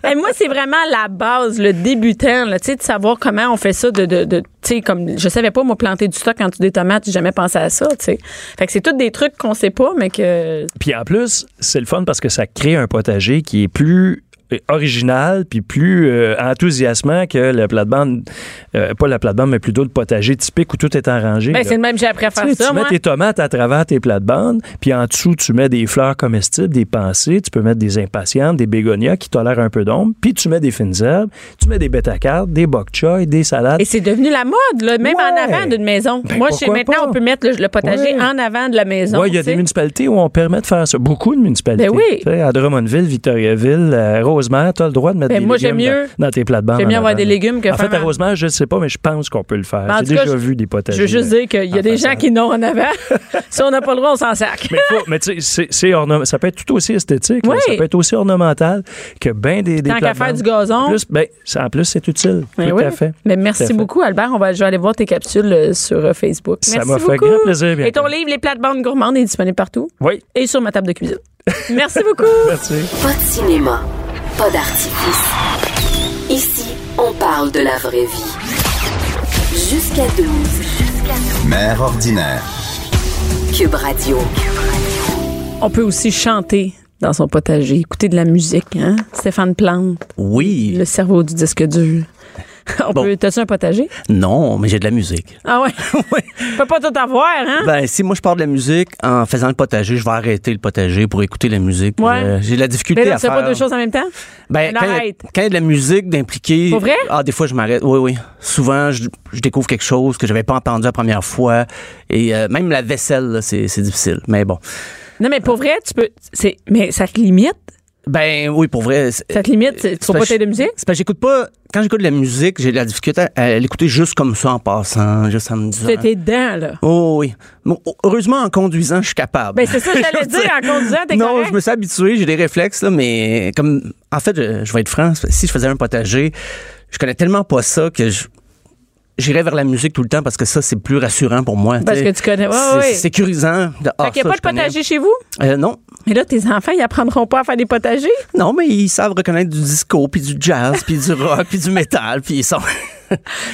Speaker 3: Hey, moi, c'est vraiment la base, le débutant, là, tu sais, de savoir comment on fait ça. De, de, de- tu sais, comme, je savais pas, moi, planter du stock quand tu des tomates, j'ai jamais pensé à ça. tu sais. Fait que c'est tous des trucs qu'on sait pas, mais que.
Speaker 4: Puis en plus, c'est le fun parce que ça crée un potager qui est plus euh, original puis plus euh, enthousiasmant que la plate-bande, euh, pas la plate-bande, mais plutôt le potager typique où tout est arrangé.
Speaker 3: Ben,
Speaker 4: là.
Speaker 3: c'est le même, j'ai appris à faire
Speaker 4: Tu sais,
Speaker 3: ça.
Speaker 4: tu mets
Speaker 3: moi.
Speaker 4: tes tomates à travers tes plates-bandes, puis en dessous, tu mets des fleurs comestibles, des pensées, tu peux mettre des impatientes, des bégonias qui tolèrent un peu d'ombre, puis tu mets des fines herbes, tu mets des bêta-cartes, des bok choy, des salades.
Speaker 3: Et c'est devenu la mode, là, même
Speaker 4: Ouais.
Speaker 3: en avant d'une maison.
Speaker 4: Ben,
Speaker 3: Moi, je sais,
Speaker 4: pourquoi
Speaker 3: maintenant,
Speaker 4: pas?
Speaker 3: on peut mettre le, le potager
Speaker 4: Ouais.
Speaker 3: en avant de la maison.
Speaker 4: Oui, il y a
Speaker 3: tu sais.
Speaker 4: des municipalités où on permet de faire ça. Beaucoup de municipalités.
Speaker 3: Ben oui.
Speaker 4: Tu sais, à Drummondville, Victoriaville, euh, Rosemère, tu as le droit de mettre
Speaker 3: Ben
Speaker 4: des
Speaker 3: moi,
Speaker 4: légumes
Speaker 3: j'aime mieux-
Speaker 4: dans, dans tes plates-bandes.
Speaker 3: j'aime mieux
Speaker 4: en
Speaker 3: avoir
Speaker 4: avant.
Speaker 3: des légumes que
Speaker 4: En fait,
Speaker 3: faire
Speaker 4: à
Speaker 3: en-
Speaker 4: Rosemère, je ne sais pas, mais je pense qu'on peut le faire.
Speaker 3: Ben, en
Speaker 4: J'ai
Speaker 3: tout cas,
Speaker 4: déjà
Speaker 3: je-
Speaker 4: vu des potagers.
Speaker 3: Je veux juste dire qu'il y a
Speaker 4: en
Speaker 3: des
Speaker 4: façon.
Speaker 3: gens qui n'ont en avant. si on n'a pas le droit, on s'en sac.
Speaker 4: Mais, faut- mais tu sais, c'est- c'est ornem- ça peut être tout aussi esthétique, là.
Speaker 3: Oui.
Speaker 4: ça peut être aussi ornemental que bien des, des
Speaker 3: Tant qu'à
Speaker 4: plates-bandes.
Speaker 3: faire du gazon.
Speaker 4: En plus, ben, ça- en plus c'est utile.
Speaker 3: Mais
Speaker 4: tout
Speaker 3: Ben oui.
Speaker 4: à fait.
Speaker 3: Mais
Speaker 4: Tout à
Speaker 3: merci
Speaker 4: fait.
Speaker 3: beaucoup, Albert. On va, je vais aller voir tes capsules euh, sur euh, Facebook.
Speaker 4: Ça
Speaker 3: merci
Speaker 4: m'a fait
Speaker 3: beaucoup.
Speaker 4: grand plaisir, Bianca.
Speaker 3: Et ton livre, Les plates-bandes gourmandes, est disponible partout
Speaker 4: Oui,
Speaker 3: et sur ma table de cuisine. merci beaucoup.
Speaker 4: merci.
Speaker 1: Pas de cinéma, pas d'artifice. Ici, on parle de la vraie vie. Jusqu'à 12,
Speaker 2: Mère ordinaire.
Speaker 1: Cube Radio.
Speaker 3: On peut aussi chanter dans son potager, écouter de la musique. Hein? Stéphane Plante,
Speaker 5: Oui.
Speaker 3: le cerveau du disque dur. On
Speaker 5: Bon.
Speaker 3: peut. T'as-tu un potager?
Speaker 5: Non, mais j'ai de la musique.
Speaker 3: Ah ouais? On peut pas tout avoir, hein?
Speaker 5: Ben, si moi je parle de la musique, en faisant le potager, je vais arrêter le potager pour écouter la musique.
Speaker 3: Ouais.
Speaker 5: Euh, j'ai de la difficulté
Speaker 3: mais là,
Speaker 5: à
Speaker 3: tu fais
Speaker 5: faire.
Speaker 3: pas deux choses en même temps?
Speaker 5: Ben,
Speaker 3: Alors,
Speaker 5: quand il y a-
Speaker 3: arrête.
Speaker 5: quand il y a de la musique d'impliquer.
Speaker 3: Pour vrai?
Speaker 5: Ah, des fois, je m'arrête. Oui, oui. Souvent, je, je découvre quelque chose que j'avais pas entendu la première fois. Et euh, même la vaisselle, là, c'est c'est difficile. Mais bon.
Speaker 3: Non, mais pour vrai, tu peux. c'est- Mais ça te limite?
Speaker 5: Ben, oui, pour vrai. c'est-
Speaker 3: Ça te limite?
Speaker 4: Euh,
Speaker 3: c'est- Tu
Speaker 5: C'est
Speaker 3: peux pas
Speaker 5: parce que
Speaker 3: t'aider de musique?
Speaker 5: C'est parce que j'écoute pas. Quand j'écoute de la musique, j'ai de la difficulté à- à l'écouter juste comme ça en passant, juste en me disant.
Speaker 3: Tu t'es dedans, là.
Speaker 5: Oh oui. Bon, heureusement, en conduisant, je suis capable.
Speaker 3: Ben, c'est ça que j'allais
Speaker 5: Je veux
Speaker 3: dire, en conduisant, t'es
Speaker 5: Non,
Speaker 3: correct?
Speaker 5: je me suis habitué, j'ai des réflexes, là, mais comme. En fait, je, je vais être franc, si je faisais un potager, je connais tellement pas ça que je. J'irais vers la musique tout le temps parce que ça, c'est plus rassurant pour moi.
Speaker 3: Parce
Speaker 5: tu sais.
Speaker 3: que tu connais- ouais,
Speaker 5: C'est
Speaker 3: ouais.
Speaker 5: c'est sécurisant. De, ah,
Speaker 3: fait qu'il n'y
Speaker 5: ça,
Speaker 3: a pas
Speaker 5: je
Speaker 3: de
Speaker 5: connais.
Speaker 3: potager chez vous?
Speaker 5: Euh, non.
Speaker 3: Mais là, tes enfants, ils apprendront pas à faire des potagers?
Speaker 5: Non, mais ils savent reconnaître du disco, puis du jazz, puis du rock, puis du métal, puis ils sont.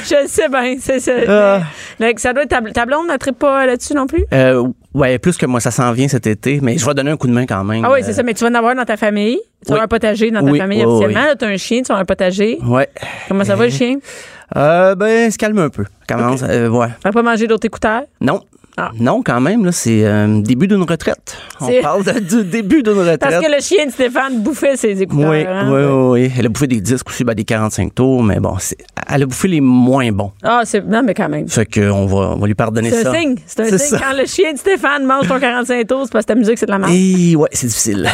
Speaker 3: Je le sais bien, c'est ça.
Speaker 5: Ah.
Speaker 3: Mais- mais ça doit être ta, ta blonde, n'attrape pas là-dessus non plus?
Speaker 5: Euh, ouais, plus que moi, ça s'en vient cet été, mais je vais donner un coup de main quand même.
Speaker 3: Ah oui,
Speaker 5: Euh,
Speaker 3: c'est ça, mais tu vas en avoir dans ta famille. Tu
Speaker 5: oui.
Speaker 3: as un potager dans ta
Speaker 5: Oui,
Speaker 3: famille
Speaker 5: oui,
Speaker 3: officiellement.
Speaker 5: oui.
Speaker 3: Là, Tu as un chien, tu as un potager.
Speaker 5: Euh, Ouais.
Speaker 3: Comment ça va, le chien?
Speaker 5: Euh, ben, se calme un peu. Commence. euh, ouais.
Speaker 3: Tu pas mangé d'autres écouteurs?
Speaker 5: Non.
Speaker 3: Ah.
Speaker 5: Non, quand même, là, c'est euh, début d'une retraite.
Speaker 3: C'est-
Speaker 5: On parle de- du début d'une retraite.
Speaker 3: Parce que le chien de Stéphane bouffait ses écouteurs.
Speaker 5: oui,
Speaker 3: hein?
Speaker 5: oui, oui, oui. Elle a bouffé des disques aussi, ben, des 45 tours, mais bon, c'est- elle a bouffé les moins bons.
Speaker 3: Ah, c'est. Non, mais quand même.
Speaker 5: Fait qu'on va, on va lui pardonner
Speaker 3: C'est
Speaker 5: ça.
Speaker 3: un signe. C'est un signe.
Speaker 5: C'est ça.
Speaker 3: Quand hein. le chien de Stéphane mange ton 45 tours, c'est parce que ta musique, c'est de la merde. Et,
Speaker 5: Et ouais, c'est difficile.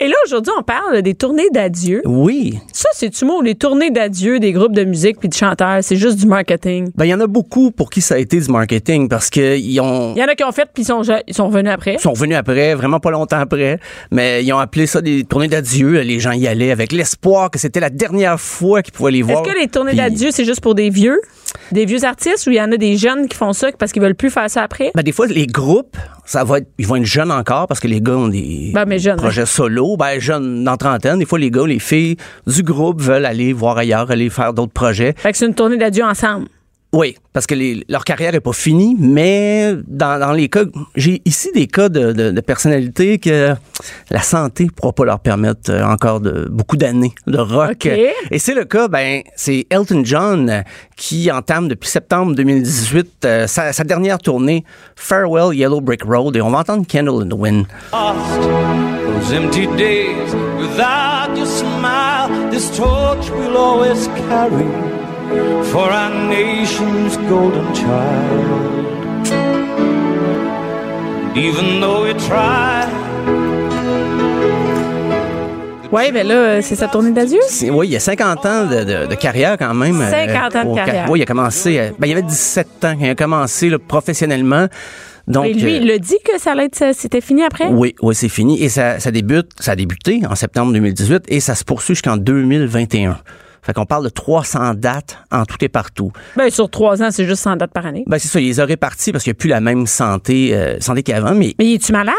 Speaker 3: là, aujourd'hui, on parle des tournées d'adieu.
Speaker 5: oui.
Speaker 3: Ça, c'est-tu mot, les tournées d'adieu des groupes de musique puis de chanteurs? C'est juste du marketing.
Speaker 5: Ben, il y en a beaucoup pour qui ça a été du marketing parce qu'ils ont.
Speaker 3: Il y en a qui ont fait puis ils sont, ja- ils sont revenus après.
Speaker 5: Ils sont venus après, vraiment pas longtemps après, mais ils ont appelé ça des tournées d'adieu. Les gens y allaient avec l'espoir que c'était la dernière fois qu'ils pouvaient les
Speaker 3: Est-ce
Speaker 5: voir.
Speaker 3: que les tournées
Speaker 5: Puis-
Speaker 3: d'adieu, c'est juste pour des vieux? Des vieux artistes ou il y en a des jeunes qui font ça parce qu'ils veulent plus faire ça après?
Speaker 5: Ben, des fois, les groupes ça va être, ils vont être jeunes encore parce que les gars ont des
Speaker 3: Ben, mais jeunes,
Speaker 5: projets solo, ben jeunes dans trentaine. Des fois, les gars, les filles du groupe veulent aller voir ailleurs, aller faire d'autres projets.
Speaker 3: Fait que c'est une tournée d'adieu ensemble.
Speaker 5: Oui, parce que les- leur carrière est pas finie, mais dans, dans les cas, j'ai ici des cas de, de, de personnalités que la santé pourra pas leur permettre euh, encore de beaucoup d'années de rock.
Speaker 3: OK.
Speaker 5: Et c'est le cas, ben c'est Elton John euh, qui entame depuis septembre 2018 euh, sa, sa dernière tournée Farewell Yellow Brick Road et on va entendre Candle in the Wind.
Speaker 6: lost those empty days without your smile. This torch we'll always carry for our nation's golden child. And Even though we try,
Speaker 3: Ouais, ben là, euh, c'est sa tournée d'adieu?
Speaker 5: C'est- Oui, il y a 50 ans de, de- de carrière quand même. euh,
Speaker 3: 50 ans de
Speaker 5: au-
Speaker 3: carrière.
Speaker 5: Oui, il a commencé. euh, ben, il avait 17 ans quand il a commencé là, professionnellement. Donc,
Speaker 3: Et Ben, lui,
Speaker 5: euh,
Speaker 3: il le dit que ça allait être, ça- c'était fini après?
Speaker 5: Oui, oui, c'est fini. Et ça, ça débute, ça a débuté en septembre 2018 et ça se poursuit jusqu'en 2021. Fait qu'on parle de 300 dates en tout et partout.
Speaker 3: Ben, sur trois ans, c'est juste 100 dates par année.
Speaker 5: Ben, c'est ça, ils les ont répartis parce qu'il n'y a plus la même santé, euh, santé qu'avant, mais
Speaker 3: Mais es-tu malade?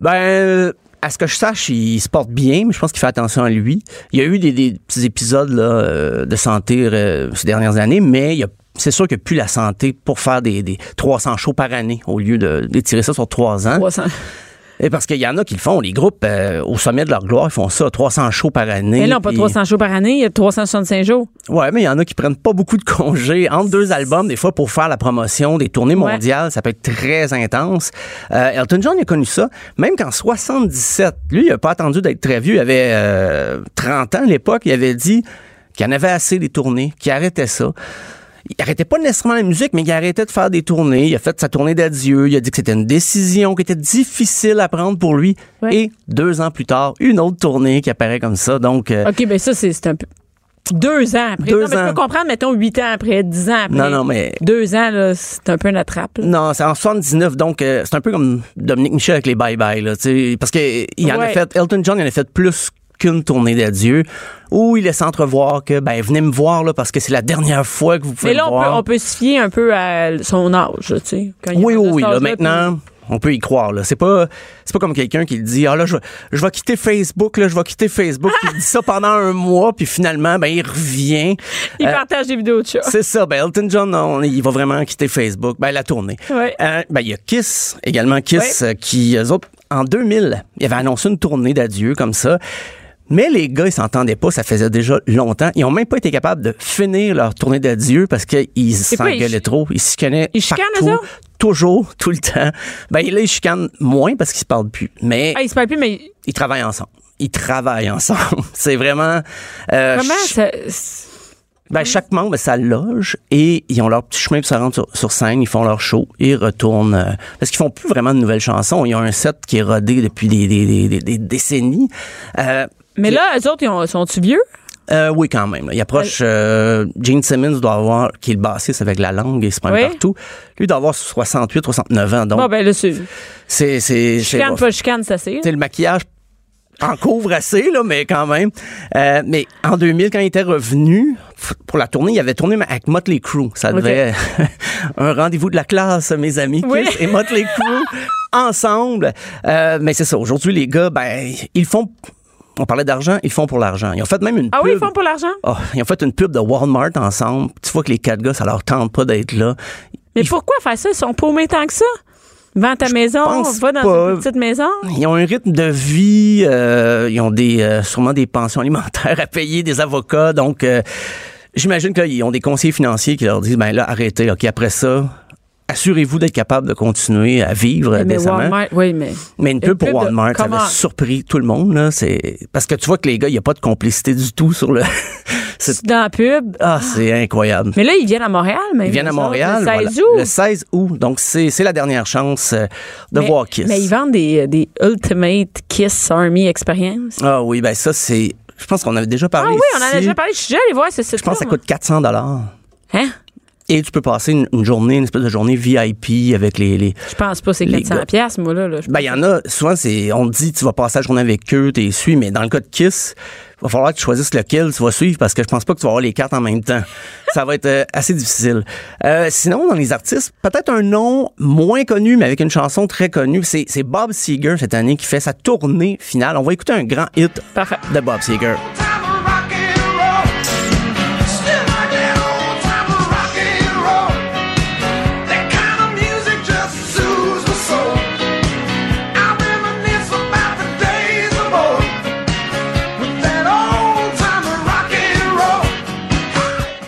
Speaker 5: ben, euh, à ce que je sache, il se porte bien, mais je pense qu'il fait attention à lui. Il y a eu des, des petits épisodes là, euh, de santé euh, ces dernières années, mais il y a- c'est sûr qu'il n'y a plus la santé pour faire des, des 300 shows par année au lieu de- d'étirer ça sur trois ans.
Speaker 3: 300.
Speaker 5: Et parce qu'il y en a qui le font, les groupes euh, au sommet de leur gloire, ils font ça 300 shows par année.
Speaker 3: Mais Eh non, pas
Speaker 5: puis-
Speaker 3: 300 jours par année, il y a 365 jours.
Speaker 5: Ouais, mais il y en a qui prennent pas beaucoup de congés entre deux albums des fois pour faire la promotion des tournées
Speaker 3: Ouais.
Speaker 5: mondiales, ça peut être très intense. Euh, Elton John il a connu ça, même qu'en 77, lui il a pas attendu d'être très vieux, il avait euh, 30 ans à l'époque, il avait dit qu'il en avait assez des tournées, qu'il arrêtait ça. Il arrêtait pas nécessairement la musique, mais il arrêtait de faire des tournées. Il a fait sa tournée d'adieu. Il a dit que c'était une décision qui était difficile à prendre pour lui.
Speaker 3: Ouais.
Speaker 5: Et deux ans plus tard, une autre tournée qui apparaît comme ça. Donc, euh,
Speaker 3: OK, ben ça, c'est c'est un peu. Deux ans après.
Speaker 5: Deux
Speaker 3: non, mais
Speaker 5: ans.
Speaker 3: je peux comprendre, mettons, huit ans après, dix ans après.
Speaker 5: Non, non, mais-
Speaker 3: Deux ans, là, c'est un peu une attrape. là.
Speaker 5: Non, c'est en 79, donc euh, c'est un peu comme Dominique Michel avec les bye-bye, là, tu sais, parce que euh, il en a
Speaker 3: Ouais.
Speaker 5: fait, Elton John il en a fait plus qu'une tournée d'adieu, où il laisse entrevoir que, ben, venez me voir, là, parce que c'est la dernière fois que vous pouvez
Speaker 3: Mais là,
Speaker 5: me
Speaker 3: on peut,
Speaker 5: voir.
Speaker 3: on peut se fier un peu à son âge, là, tu sais. quand il
Speaker 5: Oui,
Speaker 3: est
Speaker 5: oui,
Speaker 3: dans
Speaker 5: oui,
Speaker 3: cet
Speaker 5: là,
Speaker 3: âge-là,
Speaker 5: maintenant, on peut y croire, là. C'est pas, c'est pas comme quelqu'un qui dit, ah, là, je, vais- je vais quitter Facebook, là, je vais quitter Facebook, puis il dit ça pendant un mois, puis finalement, ben, il revient.
Speaker 3: puis Il
Speaker 5: Euh,
Speaker 3: partage des vidéos de chat.
Speaker 5: C'est ça. Ben Elton John, on- il va vraiment quitter Facebook. Ben, la tournée.
Speaker 3: Ouais.
Speaker 5: Euh, ben, il y a Kiss, également Kiss, euh, qui, eux autres, en 2000, ils avaient annoncé une tournée d'adieu comme ça. Mais les gars, ils s'entendaient pas, ça faisait déjà longtemps. Ils ont même pas été capables de finir leur tournée d'adieu parce qu'ils
Speaker 3: quoi, ils
Speaker 5: s'engueulaient
Speaker 3: chi-
Speaker 5: trop. Ils se chicaient
Speaker 3: Ils chicanent, eux
Speaker 5: partout,
Speaker 3: autres?
Speaker 5: toujours, tout le temps. Ben là, ils chicanent moins parce qu'ils se parlent plus. Mais
Speaker 3: Ah, il se parle plus, mais
Speaker 5: ils travaillent ensemble. Ils travaillent ensemble. C'est vraiment... euh,
Speaker 3: comment
Speaker 5: ch-
Speaker 3: ça. c'est-
Speaker 5: ben, chaque membre, ça loge et ils ont leur petit chemin pour se rendre sur, sur scène, ils font leur show et ils retournent. euh, parce qu'ils font plus vraiment de nouvelles chansons. Ils ont un set qui est rodé depuis des, des- des- des- des décennies. Euh,
Speaker 3: Mais là, eux autres, ils ont- sont-tu vieux?
Speaker 5: euh, oui, quand même. là. Il approche. euh, Gene Simmons doit avoir, qui est le bassiste avec la langue, il se prend
Speaker 3: Oui.
Speaker 5: partout. Lui doit avoir 68, 69 ans. Donc,
Speaker 3: Bon, ben là, c'est.
Speaker 5: c'est. c'est- c'est
Speaker 3: Chicane,
Speaker 5: rough.
Speaker 3: pas chicane, ça c'est.
Speaker 5: Tu sais, le maquillage en couvre assez, là, mais quand même. Euh, mais en 2000, quand il était revenu f- pour la tournée, il avait tourné mais avec Motley Crue. Ça devait un rendez-vous de la classe, mes amis,
Speaker 3: Oui.
Speaker 5: Kiss et Motley Crue ensemble. Euh, mais c'est ça. Aujourd'hui, les gars, ben, ils font. On parlait d'argent, ils font pour l'argent. Ils ont fait même une
Speaker 3: Ah
Speaker 5: pub.
Speaker 3: oui, ils font pour l'argent.
Speaker 5: Ah, ils ont fait une pub de Walmart ensemble. Tu vois que les quatre gars, ça leur tente pas d'être là.
Speaker 3: Mais
Speaker 5: Ils-
Speaker 3: pourquoi faire ça? Ils sont paumés tant que ça? Vends ta maison,
Speaker 5: pense
Speaker 3: va dans
Speaker 5: pas.
Speaker 3: une petite maison.
Speaker 5: Ils ont un rythme de vie, euh, ils ont des euh, sûrement des pensions alimentaires à payer, des avocats, donc euh, j'imagine que là, ils ont des conseillers financiers qui leur disent ben là arrêtez, ok après ça. Assurez-vous d'être capable de continuer à vivre
Speaker 3: Mais
Speaker 5: décemment.
Speaker 3: Walmart, oui, mais.
Speaker 5: Mais une
Speaker 3: Une
Speaker 5: pub pour
Speaker 3: pub de-
Speaker 5: Walmart, ça
Speaker 3: comment?
Speaker 5: avait surpris tout le monde. Là. C'est... Parce que tu vois que les gars, il n'y a pas de complicité du tout sur le... c'est...
Speaker 3: Dans la pub.
Speaker 5: Ah, c'est incroyable.
Speaker 3: Mais là, ils viennent à Montréal, mais
Speaker 5: Ils viennent à Montréal
Speaker 3: Le
Speaker 5: voilà,
Speaker 3: 16 août.
Speaker 5: le 16 août. Donc, c'est, c'est la dernière chance euh, de
Speaker 3: mais,
Speaker 5: voir Kiss.
Speaker 3: Mais ils vendent des, euh, des Ultimate Kiss Army Experience.
Speaker 5: Ah oui, ben ça, c'est. Je pense qu'on avait déjà
Speaker 3: Ah
Speaker 5: parlé.
Speaker 3: oui, on en a
Speaker 5: ici.
Speaker 3: déjà parlé. Je suis déjà allée voir ce site
Speaker 5: Je pense que ça coûte 400 dollars.
Speaker 3: Hein?
Speaker 5: et tu peux passer une, une journée, une espèce de journée VIP avec les. les
Speaker 3: Je pense pas, c'est
Speaker 5: Les
Speaker 3: 400
Speaker 5: gars.
Speaker 3: pièces moi, là. là. Je-
Speaker 5: ben, il y en a, souvent, c'est, on te dit, tu vas passer la journée avec eux, t'es suis, mais dans le cas de Kiss, il va falloir que tu choisisses lequel tu vas suivre parce que je pense pas que tu vas avoir les cartes en même temps. Ça va être euh, assez difficile. Euh, sinon, dans les artistes, peut-être un nom moins connu, mais avec une chanson très connue. C'est, c'est Bob Seger cette année qui fait sa tournée finale. On va écouter un grand hit
Speaker 3: Parfait.
Speaker 5: de Bob Seger.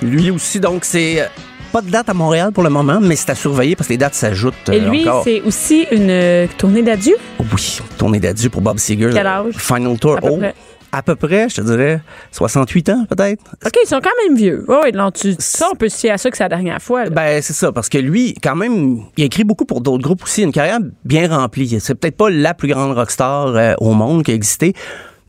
Speaker 5: Lui aussi, donc, c'est euh, pas de date à Montréal pour le moment, mais c'est à surveiller parce que les dates s'ajoutent.
Speaker 3: Et
Speaker 5: euh,
Speaker 3: lui,
Speaker 5: encore.
Speaker 3: c'est aussi une euh, tournée d'adieu.
Speaker 5: Oui, tournée d'adieu pour Bob Seger.
Speaker 3: Quel âge?
Speaker 5: Final Tour.
Speaker 3: À peu
Speaker 5: oh,
Speaker 3: près.
Speaker 5: à peu près, je te dirais 68 ans peut-être.
Speaker 3: OK, ils sont quand même vieux. Oui, non, tu, ça, on peut se fier à ça que c'est la dernière fois. là.
Speaker 5: Ben c'est ça, parce que lui, quand même, il a écrit beaucoup pour d'autres groupes aussi, une carrière bien remplie. C'est peut-être pas la plus grande rockstar euh, au monde qui a existé,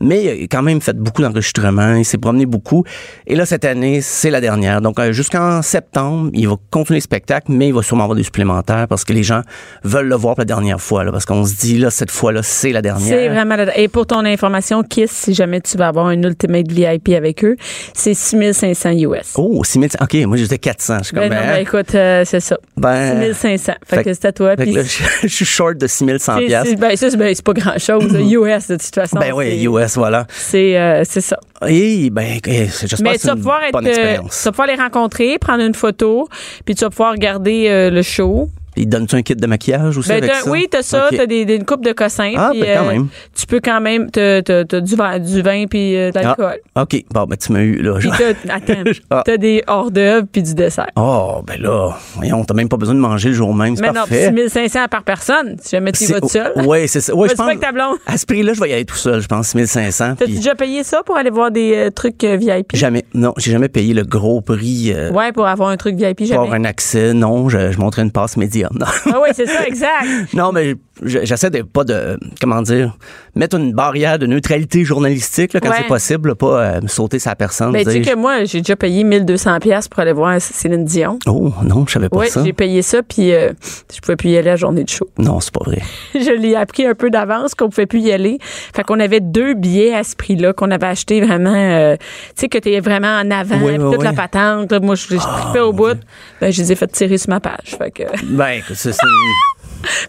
Speaker 5: mais il a quand même fait beaucoup d'enregistrements, il s'est promené beaucoup. Et là, cette année, c'est la dernière. Donc euh, jusqu'en septembre, il va continuer le spectacle, mais il va sûrement avoir des supplémentaires parce que les gens veulent le voir pour la dernière fois, là, parce qu'on se dit, là, cette fois-là, c'est la dernière.
Speaker 3: C'est vraiment... la- Et pour ton information, Kiss, si jamais tu vas avoir un Ultimate VIP avec eux, c'est 6500 US.
Speaker 5: Oh, 6000. OK, moi j'étais 400. Je suis
Speaker 3: Ben,
Speaker 5: comme,
Speaker 3: non,
Speaker 5: ben,
Speaker 3: ben, écoute, euh, c'est ça.
Speaker 5: ben,
Speaker 3: 6500. Fait,
Speaker 5: fait-
Speaker 3: que c'est à toi.
Speaker 5: fait que
Speaker 3: puis
Speaker 5: là, je, je suis short de 6100
Speaker 3: c'est-
Speaker 5: piastres. Mhm.
Speaker 3: c'est- ben, ça, c'est ben, c'est pas grand-chose. là. US, de toute façon.
Speaker 5: Ben oui,
Speaker 3: c'est-
Speaker 5: US, voilà.
Speaker 3: C'est euh, c'est ça.
Speaker 5: Et ben, eh, c'est- j'espère
Speaker 3: Mais tu
Speaker 5: que c'est
Speaker 3: vas
Speaker 5: une
Speaker 3: pouvoir être,
Speaker 5: bonne
Speaker 3: euh, tu
Speaker 5: expérience.
Speaker 3: vas pouvoir les rencontrer, prendre une photo, puis tu vas pouvoir regarder euh, le show.
Speaker 5: Ils donnent-tu un kit de maquillage aussi
Speaker 3: Ben,
Speaker 5: avec
Speaker 3: t'as-
Speaker 5: ça?
Speaker 3: oui, t'as ça,
Speaker 5: OK.
Speaker 3: t'as des, des- une coupe de cossin.
Speaker 5: Ah,
Speaker 3: puis, euh,
Speaker 5: ben, quand même.
Speaker 3: Tu peux quand même, t'as, t'as- t'as du, vin, du vin puis euh, de l'alcool.
Speaker 5: Ah, OK, bon, ben tu m'as eu, là.
Speaker 3: Puis
Speaker 5: Je-
Speaker 3: t'as, attends,
Speaker 5: Ah.
Speaker 3: t'as des hors d'œuvre puis du dessert.
Speaker 5: Oh, ben là, voyons, t'as même pas besoin de manger le jour même, c'est
Speaker 3: Mais non,
Speaker 5: parfait.
Speaker 3: 6500 par personne, si jamais tu y vas tout seul.
Speaker 5: Oui, c'est ça. Ouais, je
Speaker 3: Vas-tu pas
Speaker 5: pense,
Speaker 3: avec ta blonde?
Speaker 5: à ce prix-là, je vais y aller tout seul, je pense, 6500.
Speaker 3: T'as-tu
Speaker 5: puis
Speaker 3: déjà payé ça pour aller voir des euh, trucs euh, VIP?
Speaker 5: Jamais, non, j'ai jamais payé le gros prix euh,
Speaker 3: Ouais, pour avoir un truc VIP,
Speaker 5: pour
Speaker 3: jamais.
Speaker 5: avoir un accès. Non, je, je montrais une passe médium. Non.
Speaker 3: Ah oui, c'est ça, exact.
Speaker 5: Non, mais je- j'essaie de pas de comment dire mettre une barrière de neutralité journalistique là, quand
Speaker 3: Ouais.
Speaker 5: c'est possible, là, pas euh, me sauter sa personne.
Speaker 3: Ben, tu sais
Speaker 5: dire,
Speaker 3: que moi, j'ai déjà payé 1200 pièces pour aller voir Céline Dion.
Speaker 5: Oh non, je savais pas
Speaker 3: Oui,
Speaker 5: ça.
Speaker 3: j'ai payé ça, puis euh, je pouvais plus y aller la journée de show.
Speaker 5: Non, c'est pas vrai.
Speaker 3: je l'ai appris un peu d'avance qu'on pouvait plus y aller. Fait qu'on avait deux billets à ce prix-là qu'on avait acheté vraiment, euh, tu sais, que t'es vraiment en avant,
Speaker 5: Oui,
Speaker 3: puis
Speaker 5: oui,
Speaker 3: toute
Speaker 5: oui.
Speaker 3: la patente. là. moi, je, je
Speaker 5: Ah,
Speaker 3: trippais au bout. Ben, je les ai fait tirer sur ma page. Fait que...
Speaker 5: Ben, écoute, c'est, c'est-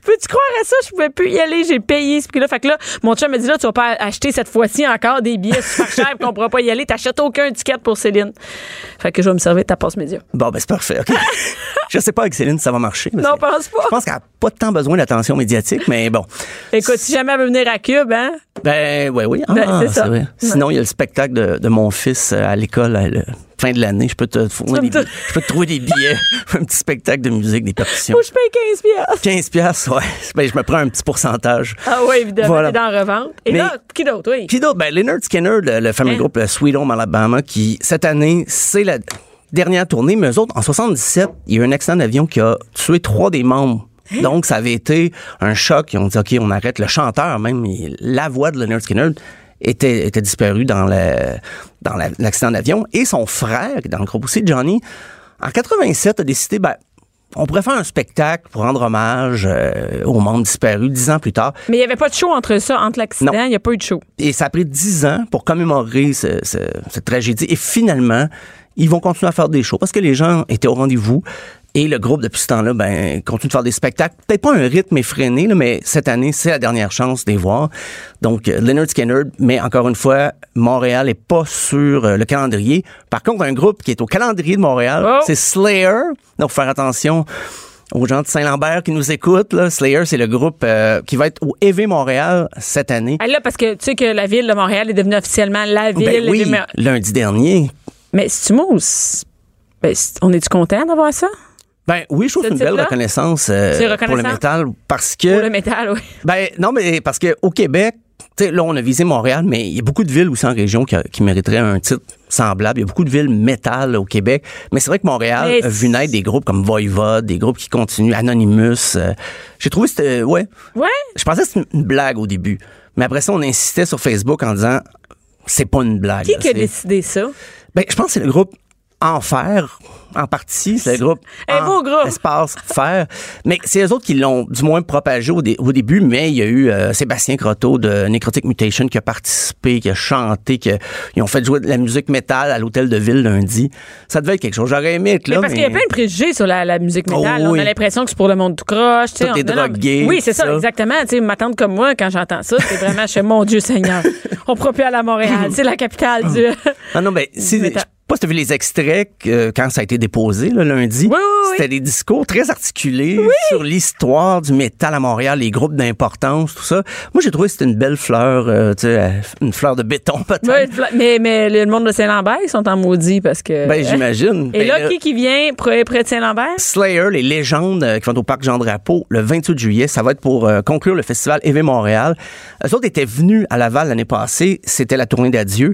Speaker 3: Peux-tu croire à ça? Je pouvais plus y aller. J'ai payé ce prix-là. Fait que là, mon chum m'a dit là, tu vas pas acheter cette fois-ci encore des billets super chers puis qu'on pourra pas y aller. T'achètes aucun ticket pour Céline. Fait que je vais me servir de ta passe média.
Speaker 5: bon, ben c'est parfait. ok. je sais pas avec Céline si ça va marcher. parce
Speaker 3: Non,
Speaker 5: que
Speaker 3: pense pas.
Speaker 5: Je pense qu'elle a pas tant besoin d'attention médiatique, mais bon.
Speaker 3: Écoute, si jamais elle veut venir à Cube, hein?
Speaker 5: Ben, ouais, oui. Ah,
Speaker 3: Ben, c'est ça.
Speaker 5: vrai. Sinon, il y a le spectacle de, de mon fils euh, à l'école à la fin de l'année. Je peux te fournir
Speaker 3: Tu
Speaker 5: des
Speaker 3: vas me
Speaker 5: billets. Je peux te trouver des billets. un petit spectacle de musique, des percussions.
Speaker 3: Faut que je paye 15 piastres.
Speaker 5: 15 piastres, ouais. Ben, je me prends un petit pourcentage.
Speaker 3: Ah oui, évidemment,
Speaker 5: Voilà.
Speaker 3: t'es dans la revente. Et
Speaker 5: Mais-
Speaker 3: là, qui d'autre? Oui.
Speaker 5: Puis d'autres, ben, Leonard Skinner, le, le fameux
Speaker 3: Hein?
Speaker 5: groupe le Sweet Home Alabama, qui, cette année, c'est la dernière tournée, mais eux autres, en 77, il y a eu un accident d'avion qui a tué trois des membres.
Speaker 3: Hein?
Speaker 5: Donc, ça avait été un choc. Ils ont dit, OK, on arrête. Le chanteur, même, il- la voix de Leonard Skinner était, était disparue dans le- dans la- l'accident d'avion. Et son frère, qui est dans le groupe aussi, Johnny, en 87, a décidé, ben, on pourrait faire un spectacle pour rendre hommage euh, aux membres disparus dix ans plus tard.
Speaker 3: Mais il n'y avait pas de show entre ça, entre l'accident.
Speaker 5: Non.
Speaker 3: Il n'y a pas eu de show.
Speaker 5: Et ça a pris dix ans pour commémorer ce- ce- cette tragédie. Et finalement, ils vont continuer à faire des shows parce que les gens étaient au rendez-vous. Et le groupe, depuis ce temps-là, ben, continue de faire des spectacles. Peut-être pas un rythme effréné, là, mais cette année, c'est la dernière chance de les voir. Donc, euh, Leonard Skinner, mais encore une fois, Montréal est pas sur euh, le calendrier. Par contre, un groupe qui est au calendrier de Montréal,
Speaker 3: Oh.
Speaker 5: c'est Slayer. Donc, faut faire attention aux gens de Saint-Lambert qui nous écoutent. là. Slayer, c'est le groupe euh, qui va être au EV Montréal cette année.
Speaker 3: Ah, Là, parce que tu sais que la ville de Montréal est devenue officiellement la ville.
Speaker 5: Ben
Speaker 3: des
Speaker 5: oui,
Speaker 3: meilleurs-
Speaker 5: lundi dernier.
Speaker 3: Mais si tu mousses, ben, c'est- on est-tu content d'avoir ça?
Speaker 5: Ben oui, je trouve
Speaker 3: Ce
Speaker 5: que c'est une belle
Speaker 3: titre-là?
Speaker 5: reconnaissance euh,
Speaker 3: C'est
Speaker 5: pour le
Speaker 3: reconnaissant?
Speaker 5: métal parce
Speaker 3: Pour le
Speaker 5: que
Speaker 3: métal, oui.
Speaker 5: ben non mais parce que au Québec, tu sais là on a visé Montréal mais il y a beaucoup de villes aussi en région qui, qui mériteraient un titre semblable. Il y a beaucoup de villes métal au Québec, mais c'est vrai que Montréal
Speaker 3: Mais
Speaker 5: a vu naître des groupes comme Voivode, des groupes qui continuent Anonymous. euh, J'ai trouvé c'était ouais,
Speaker 3: Ouais.
Speaker 5: je pensais que c'était une blague au début, mais après ça on insistait sur Facebook en disant Ben, c'est pas une blague.
Speaker 3: Qui
Speaker 5: là,
Speaker 3: qui a
Speaker 5: c'est-
Speaker 3: décidé ça?
Speaker 5: Ben, je pense que c'est le groupe Enfer. en partie, c'est le groupe.
Speaker 3: Un
Speaker 5: En
Speaker 3: beau groupe.
Speaker 5: Espace Faire. Mais c'est eux autres qui l'ont du moins propagé au, dé- au début, mais il y a eu euh, Sébastien Croteau de Necrotic Mutation qui a participé, qui a chanté, qui a- ils ont fait jouer de la musique métal à l'hôtel de ville lundi. Ça devait être quelque chose. J'aurais aimé être là.
Speaker 3: Mais parce qu'il y a plein de préjugés sur la, la musique
Speaker 5: Oh
Speaker 3: métal. On
Speaker 5: oui.
Speaker 3: a l'impression que c'est pour le monde tout croche. tu sais,
Speaker 5: Tout
Speaker 3: on-
Speaker 5: est
Speaker 3: non, non,
Speaker 5: drogué,
Speaker 3: mais- Oui, c'est ça,
Speaker 5: ça.
Speaker 3: exactement. Tu sais, ma tante comme moi, quand j'entends ça, c'est vraiment chez mon Dieu Seigneur. On pourra plus aller à Montréal. C'est la capitale du.
Speaker 5: Ah Non, non, mais si, je
Speaker 3: Mais
Speaker 5: sais
Speaker 3: t'as-
Speaker 5: pas si t'as vu les extraits euh, quand ça a été déposé le lundi.
Speaker 3: oui, oui.
Speaker 5: C'était des discours très articulés sur l'histoire du métal à Montréal, les groupes d'importance, tout ça. Moi, j'ai trouvé que c'était une belle fleur, euh, tu sais, euh, une fleur de béton peut-être.
Speaker 3: Ouais, mais, mais le monde de Saint-Lambert, ils sont en maudit parce que.
Speaker 5: Ben, j'imagine.
Speaker 3: Et
Speaker 5: Ben,
Speaker 3: là,
Speaker 5: là-
Speaker 3: qui qui vient près, près de Saint-Lambert?
Speaker 5: Slayer, les légendes euh, qui vont au parc Jean Drapeau le 28 juillet. Ça va être pour euh, conclure le festival EV Montréal. Eux autres étaient venus à Laval l'année passée. C'était la tournée d'adieu.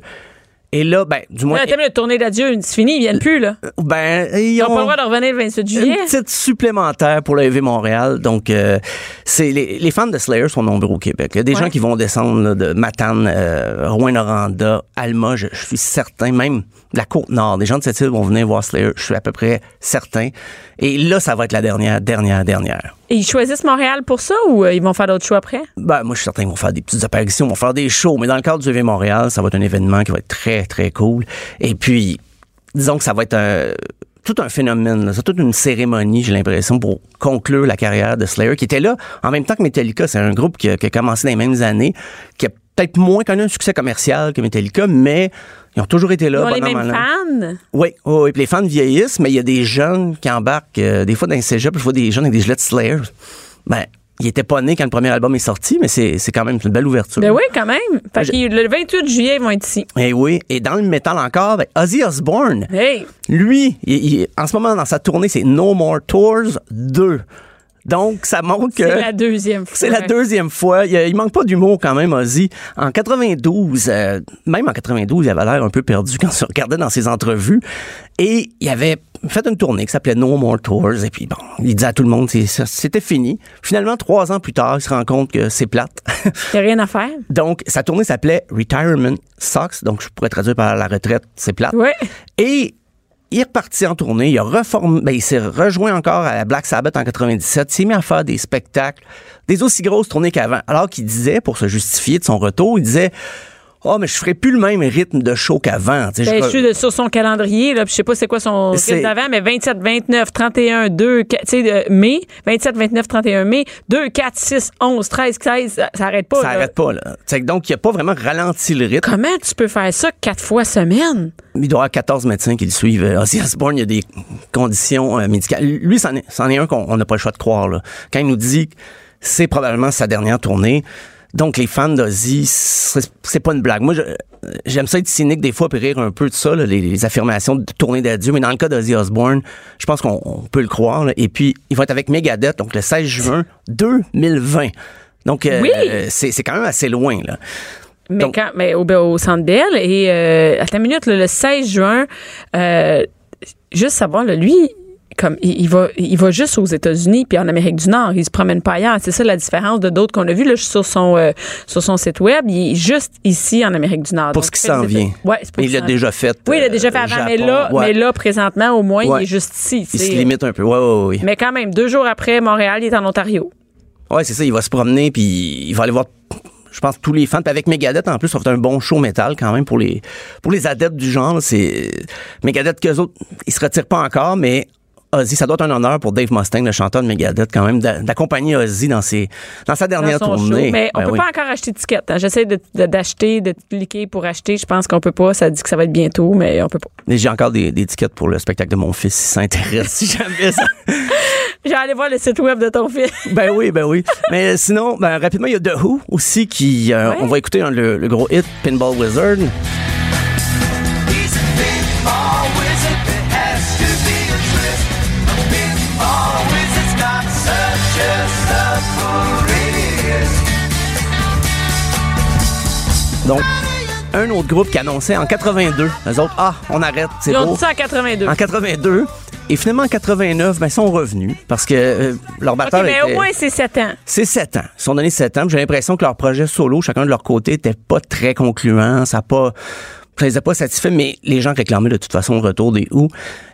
Speaker 5: Et là, ben, du moins,
Speaker 3: Là, t'aimes le tournée d'adieu, c'est fini, ils viennent plus, là.
Speaker 5: ben, ils
Speaker 3: Ils n'ont
Speaker 5: ont,
Speaker 3: pas le droit de revenir le 28
Speaker 5: une
Speaker 3: juillet.
Speaker 5: petite supplémentaire pour le EV Montréal. Donc, euh, c'est les, les fans de Slayer sont nombreux au Québec. Il y a des
Speaker 3: Ouais.
Speaker 5: gens qui vont descendre là, de Matane, euh, Rouyn-Noranda, Alma, je, je suis certain, même la Côte-Nord. Des gens de cette île vont venir voir Slayer, je suis à peu près certain. Et là, ça va être la dernière, dernière, dernière.
Speaker 3: Et ils choisissent Montréal pour ça ou euh, ils vont faire d'autres choix après?
Speaker 5: Ben, moi, je suis certain qu'ils vont faire des petites apparitions, ils vont faire des shows, mais dans le cadre du EV Montréal, ça va être un événement qui va être très, très cool. Et puis, disons que ça va être un- tout un phénomène, là. c'est toute une cérémonie, j'ai l'impression, pour conclure la carrière de Slayer, qui était là en même temps que Metallica. C'est un groupe qui a, qui a commencé dans les mêmes années, qui a peut-être moins connu un succès commercial que Metallica, mais ils ont toujours été là.
Speaker 3: Ils ont
Speaker 5: bon
Speaker 3: les
Speaker 5: an,
Speaker 3: mêmes
Speaker 5: mal an.
Speaker 3: fans.
Speaker 5: Oui, oui, oui. Puis les fans vieillissent, mais il y a des jeunes qui embarquent. euh, des fois, dans les cégeps, je vois des jeunes avec des gilets de Slayer. Ben, ils étaient pas nés quand le premier album est sorti, mais c'est c'est quand même une belle ouverture.
Speaker 3: Ben oui, quand même. Fait
Speaker 5: Je-
Speaker 3: que le 28 juillet, ils vont être ici.
Speaker 5: Et oui. Et dans le métal encore, ben, Ozzy Osbourne,
Speaker 3: Hey!
Speaker 5: lui, il- il- en ce moment, dans sa tournée, c'est No More Tours 2. Donc, ça montre que...
Speaker 3: C'est la deuxième fois.
Speaker 5: C'est la deuxième fois. Il, il manque pas d'humour quand même, Ozzy. En 92, euh, même en 92, il avait l'air un peu perdu quand on regardait dans ses entrevues. Et il avait fait une tournée qui s'appelait No More Tours. Et puis bon, il disait à tout le monde, c'est- ça- c'était fini. Finalement, trois ans plus tard, il se rend compte que c'est plate.
Speaker 3: Il n'y a rien à faire.
Speaker 5: donc, sa tournée s'appelait Retirement Sucks. Donc, je pourrais traduire par la retraite, c'est plate.
Speaker 3: Oui.
Speaker 5: Et il est reparti en tournée, il a reformé, ben, il s'est rejoint encore à la Black Sabbath en 97, s'est mis à faire des spectacles, des aussi grosses tournées qu'avant. Alors qu'il disait, pour se justifier de son retour, il disait, oh, mais je ferai plus le même rythme de show qu'avant. Tu sais,
Speaker 3: Ben,
Speaker 5: je-
Speaker 3: je suis de- sur son calendrier, là, puis je sais pas c'est quoi son
Speaker 5: C'est-
Speaker 3: rythme d'avant, mais 27, 29, 31, 2, 4, tu sais, de mai, 27, 29, 31 mai, 2, 4, 6, 11, 13, 16, ça, ça arrête pas.
Speaker 5: ça
Speaker 3: là.
Speaker 5: arrête pas, là. Tu sais, donc, il a pas vraiment ralenti le rythme.
Speaker 3: Comment tu peux faire ça quatre fois semaine?
Speaker 5: Il doit y avoir 14 médecins qui le suivent. Euh, Ozzy Osbourne, il y a des conditions euh, médicales. Lui, c'en est, c'en est un qu'on on n'a pas le choix de croire. Là. Quand il nous dit que c'est probablement sa dernière tournée, donc les fans d'Ozzy, c'est c'est pas une blague. Moi, je- euh, j'aime ça être cynique des fois puis rire un peu de ça, là, les, les affirmations de tournée d'adieu. Mais dans le cas d'Ozzy Osbourne, je pense qu'on on peut le croire. là. Et puis, il va être avec Megadeth, donc le 16 juin 2020. Donc, euh,
Speaker 3: Oui!
Speaker 5: euh, c'est c'est quand même assez loin. Là.
Speaker 3: Mais,
Speaker 5: Donc-
Speaker 3: quand, mais au, ben, au Centre Bell, et euh, à ta minute, là, le 16 juin, euh, juste savoir, là, lui, comme il, il va, il va juste aux États-Unis puis en Amérique du Nord, il se promène pas ailleurs. C'est ça la différence de d'autres qu'on a vus. Là, je suis sur son, euh, sur son site web, il est juste ici en Amérique du Nord.
Speaker 5: Pour
Speaker 3: Donc,
Speaker 5: ce qui
Speaker 3: il fait
Speaker 5: s'en
Speaker 3: des
Speaker 5: vient.
Speaker 3: États- Ouais, c'est pour ce
Speaker 5: Mais il
Speaker 3: qui
Speaker 5: l'a
Speaker 3: s'en-
Speaker 5: déjà fait.
Speaker 3: Oui, il l'a
Speaker 5: euh,
Speaker 3: déjà fait avant, mais,
Speaker 5: Japon.
Speaker 3: là,
Speaker 5: Ouais.
Speaker 3: mais là, présentement, au moins,
Speaker 5: Ouais.
Speaker 3: il est juste ici. tu
Speaker 5: Il se
Speaker 3: sais.
Speaker 5: limite un peu. Ouais, ouais, ouais.
Speaker 3: Mais quand même, deux jours après Montréal, il est en Ontario.
Speaker 5: Ouais, c'est ça. Il va se promener, puis il va aller voir, je pense, tous les fans. Puis avec Megadeth, en plus, ça va être un bon show métal quand même pour les, pour les adeptes du genre. là, C'est Megadeth qu'eux autres, ils se retirent pas encore, mais Ozzy, ça doit être un honneur pour Dave Mustang, le chanteur de Megadeth, quand même, d'a- d'accompagner Ozzy dans, ses, dans sa
Speaker 3: dans
Speaker 5: dernière
Speaker 3: son
Speaker 5: tournée.
Speaker 3: show. Mais on
Speaker 5: Ben
Speaker 3: peut
Speaker 5: oui.
Speaker 3: pas encore acheter de tickets. hein. J'essaie de- de- d'acheter, de, cliquer pour acheter. Je pense qu'on peut pas. Ça dit que ça va être bientôt, mais on peut pas.
Speaker 5: Mais J'ai encore des, des tickets pour le spectacle de mon fils, si ça intéresse, si jamais ça.
Speaker 3: J'ai allé voir le site web de ton film.
Speaker 5: Ben oui, ben oui. Mais sinon, ben, rapidement, il y a The Who aussi qui. euh,
Speaker 3: Ouais.
Speaker 5: On va écouter hein, le, le gros hit Pinball Wizard. Donc, un autre groupe qui annonçait en 82, eux autres, ah, on arrête, c'est
Speaker 3: Ils ont
Speaker 5: beau.
Speaker 3: dit ça en 82.
Speaker 5: En 82. Et finalement, en 89, ben, ils sont revenus parce que euh, leur
Speaker 3: OK,
Speaker 5: batteur
Speaker 3: mais
Speaker 5: était-
Speaker 3: au moins, c'est 7 ans.
Speaker 5: c'est sept ans. Ils se sont donnés sept ans. puis J'ai l'impression que leur projet solo, chacun de leur côté, était pas très concluant. Ça a pas, ça les a pas satisfaits, mais les gens réclamaient de toute façon le retour des Who.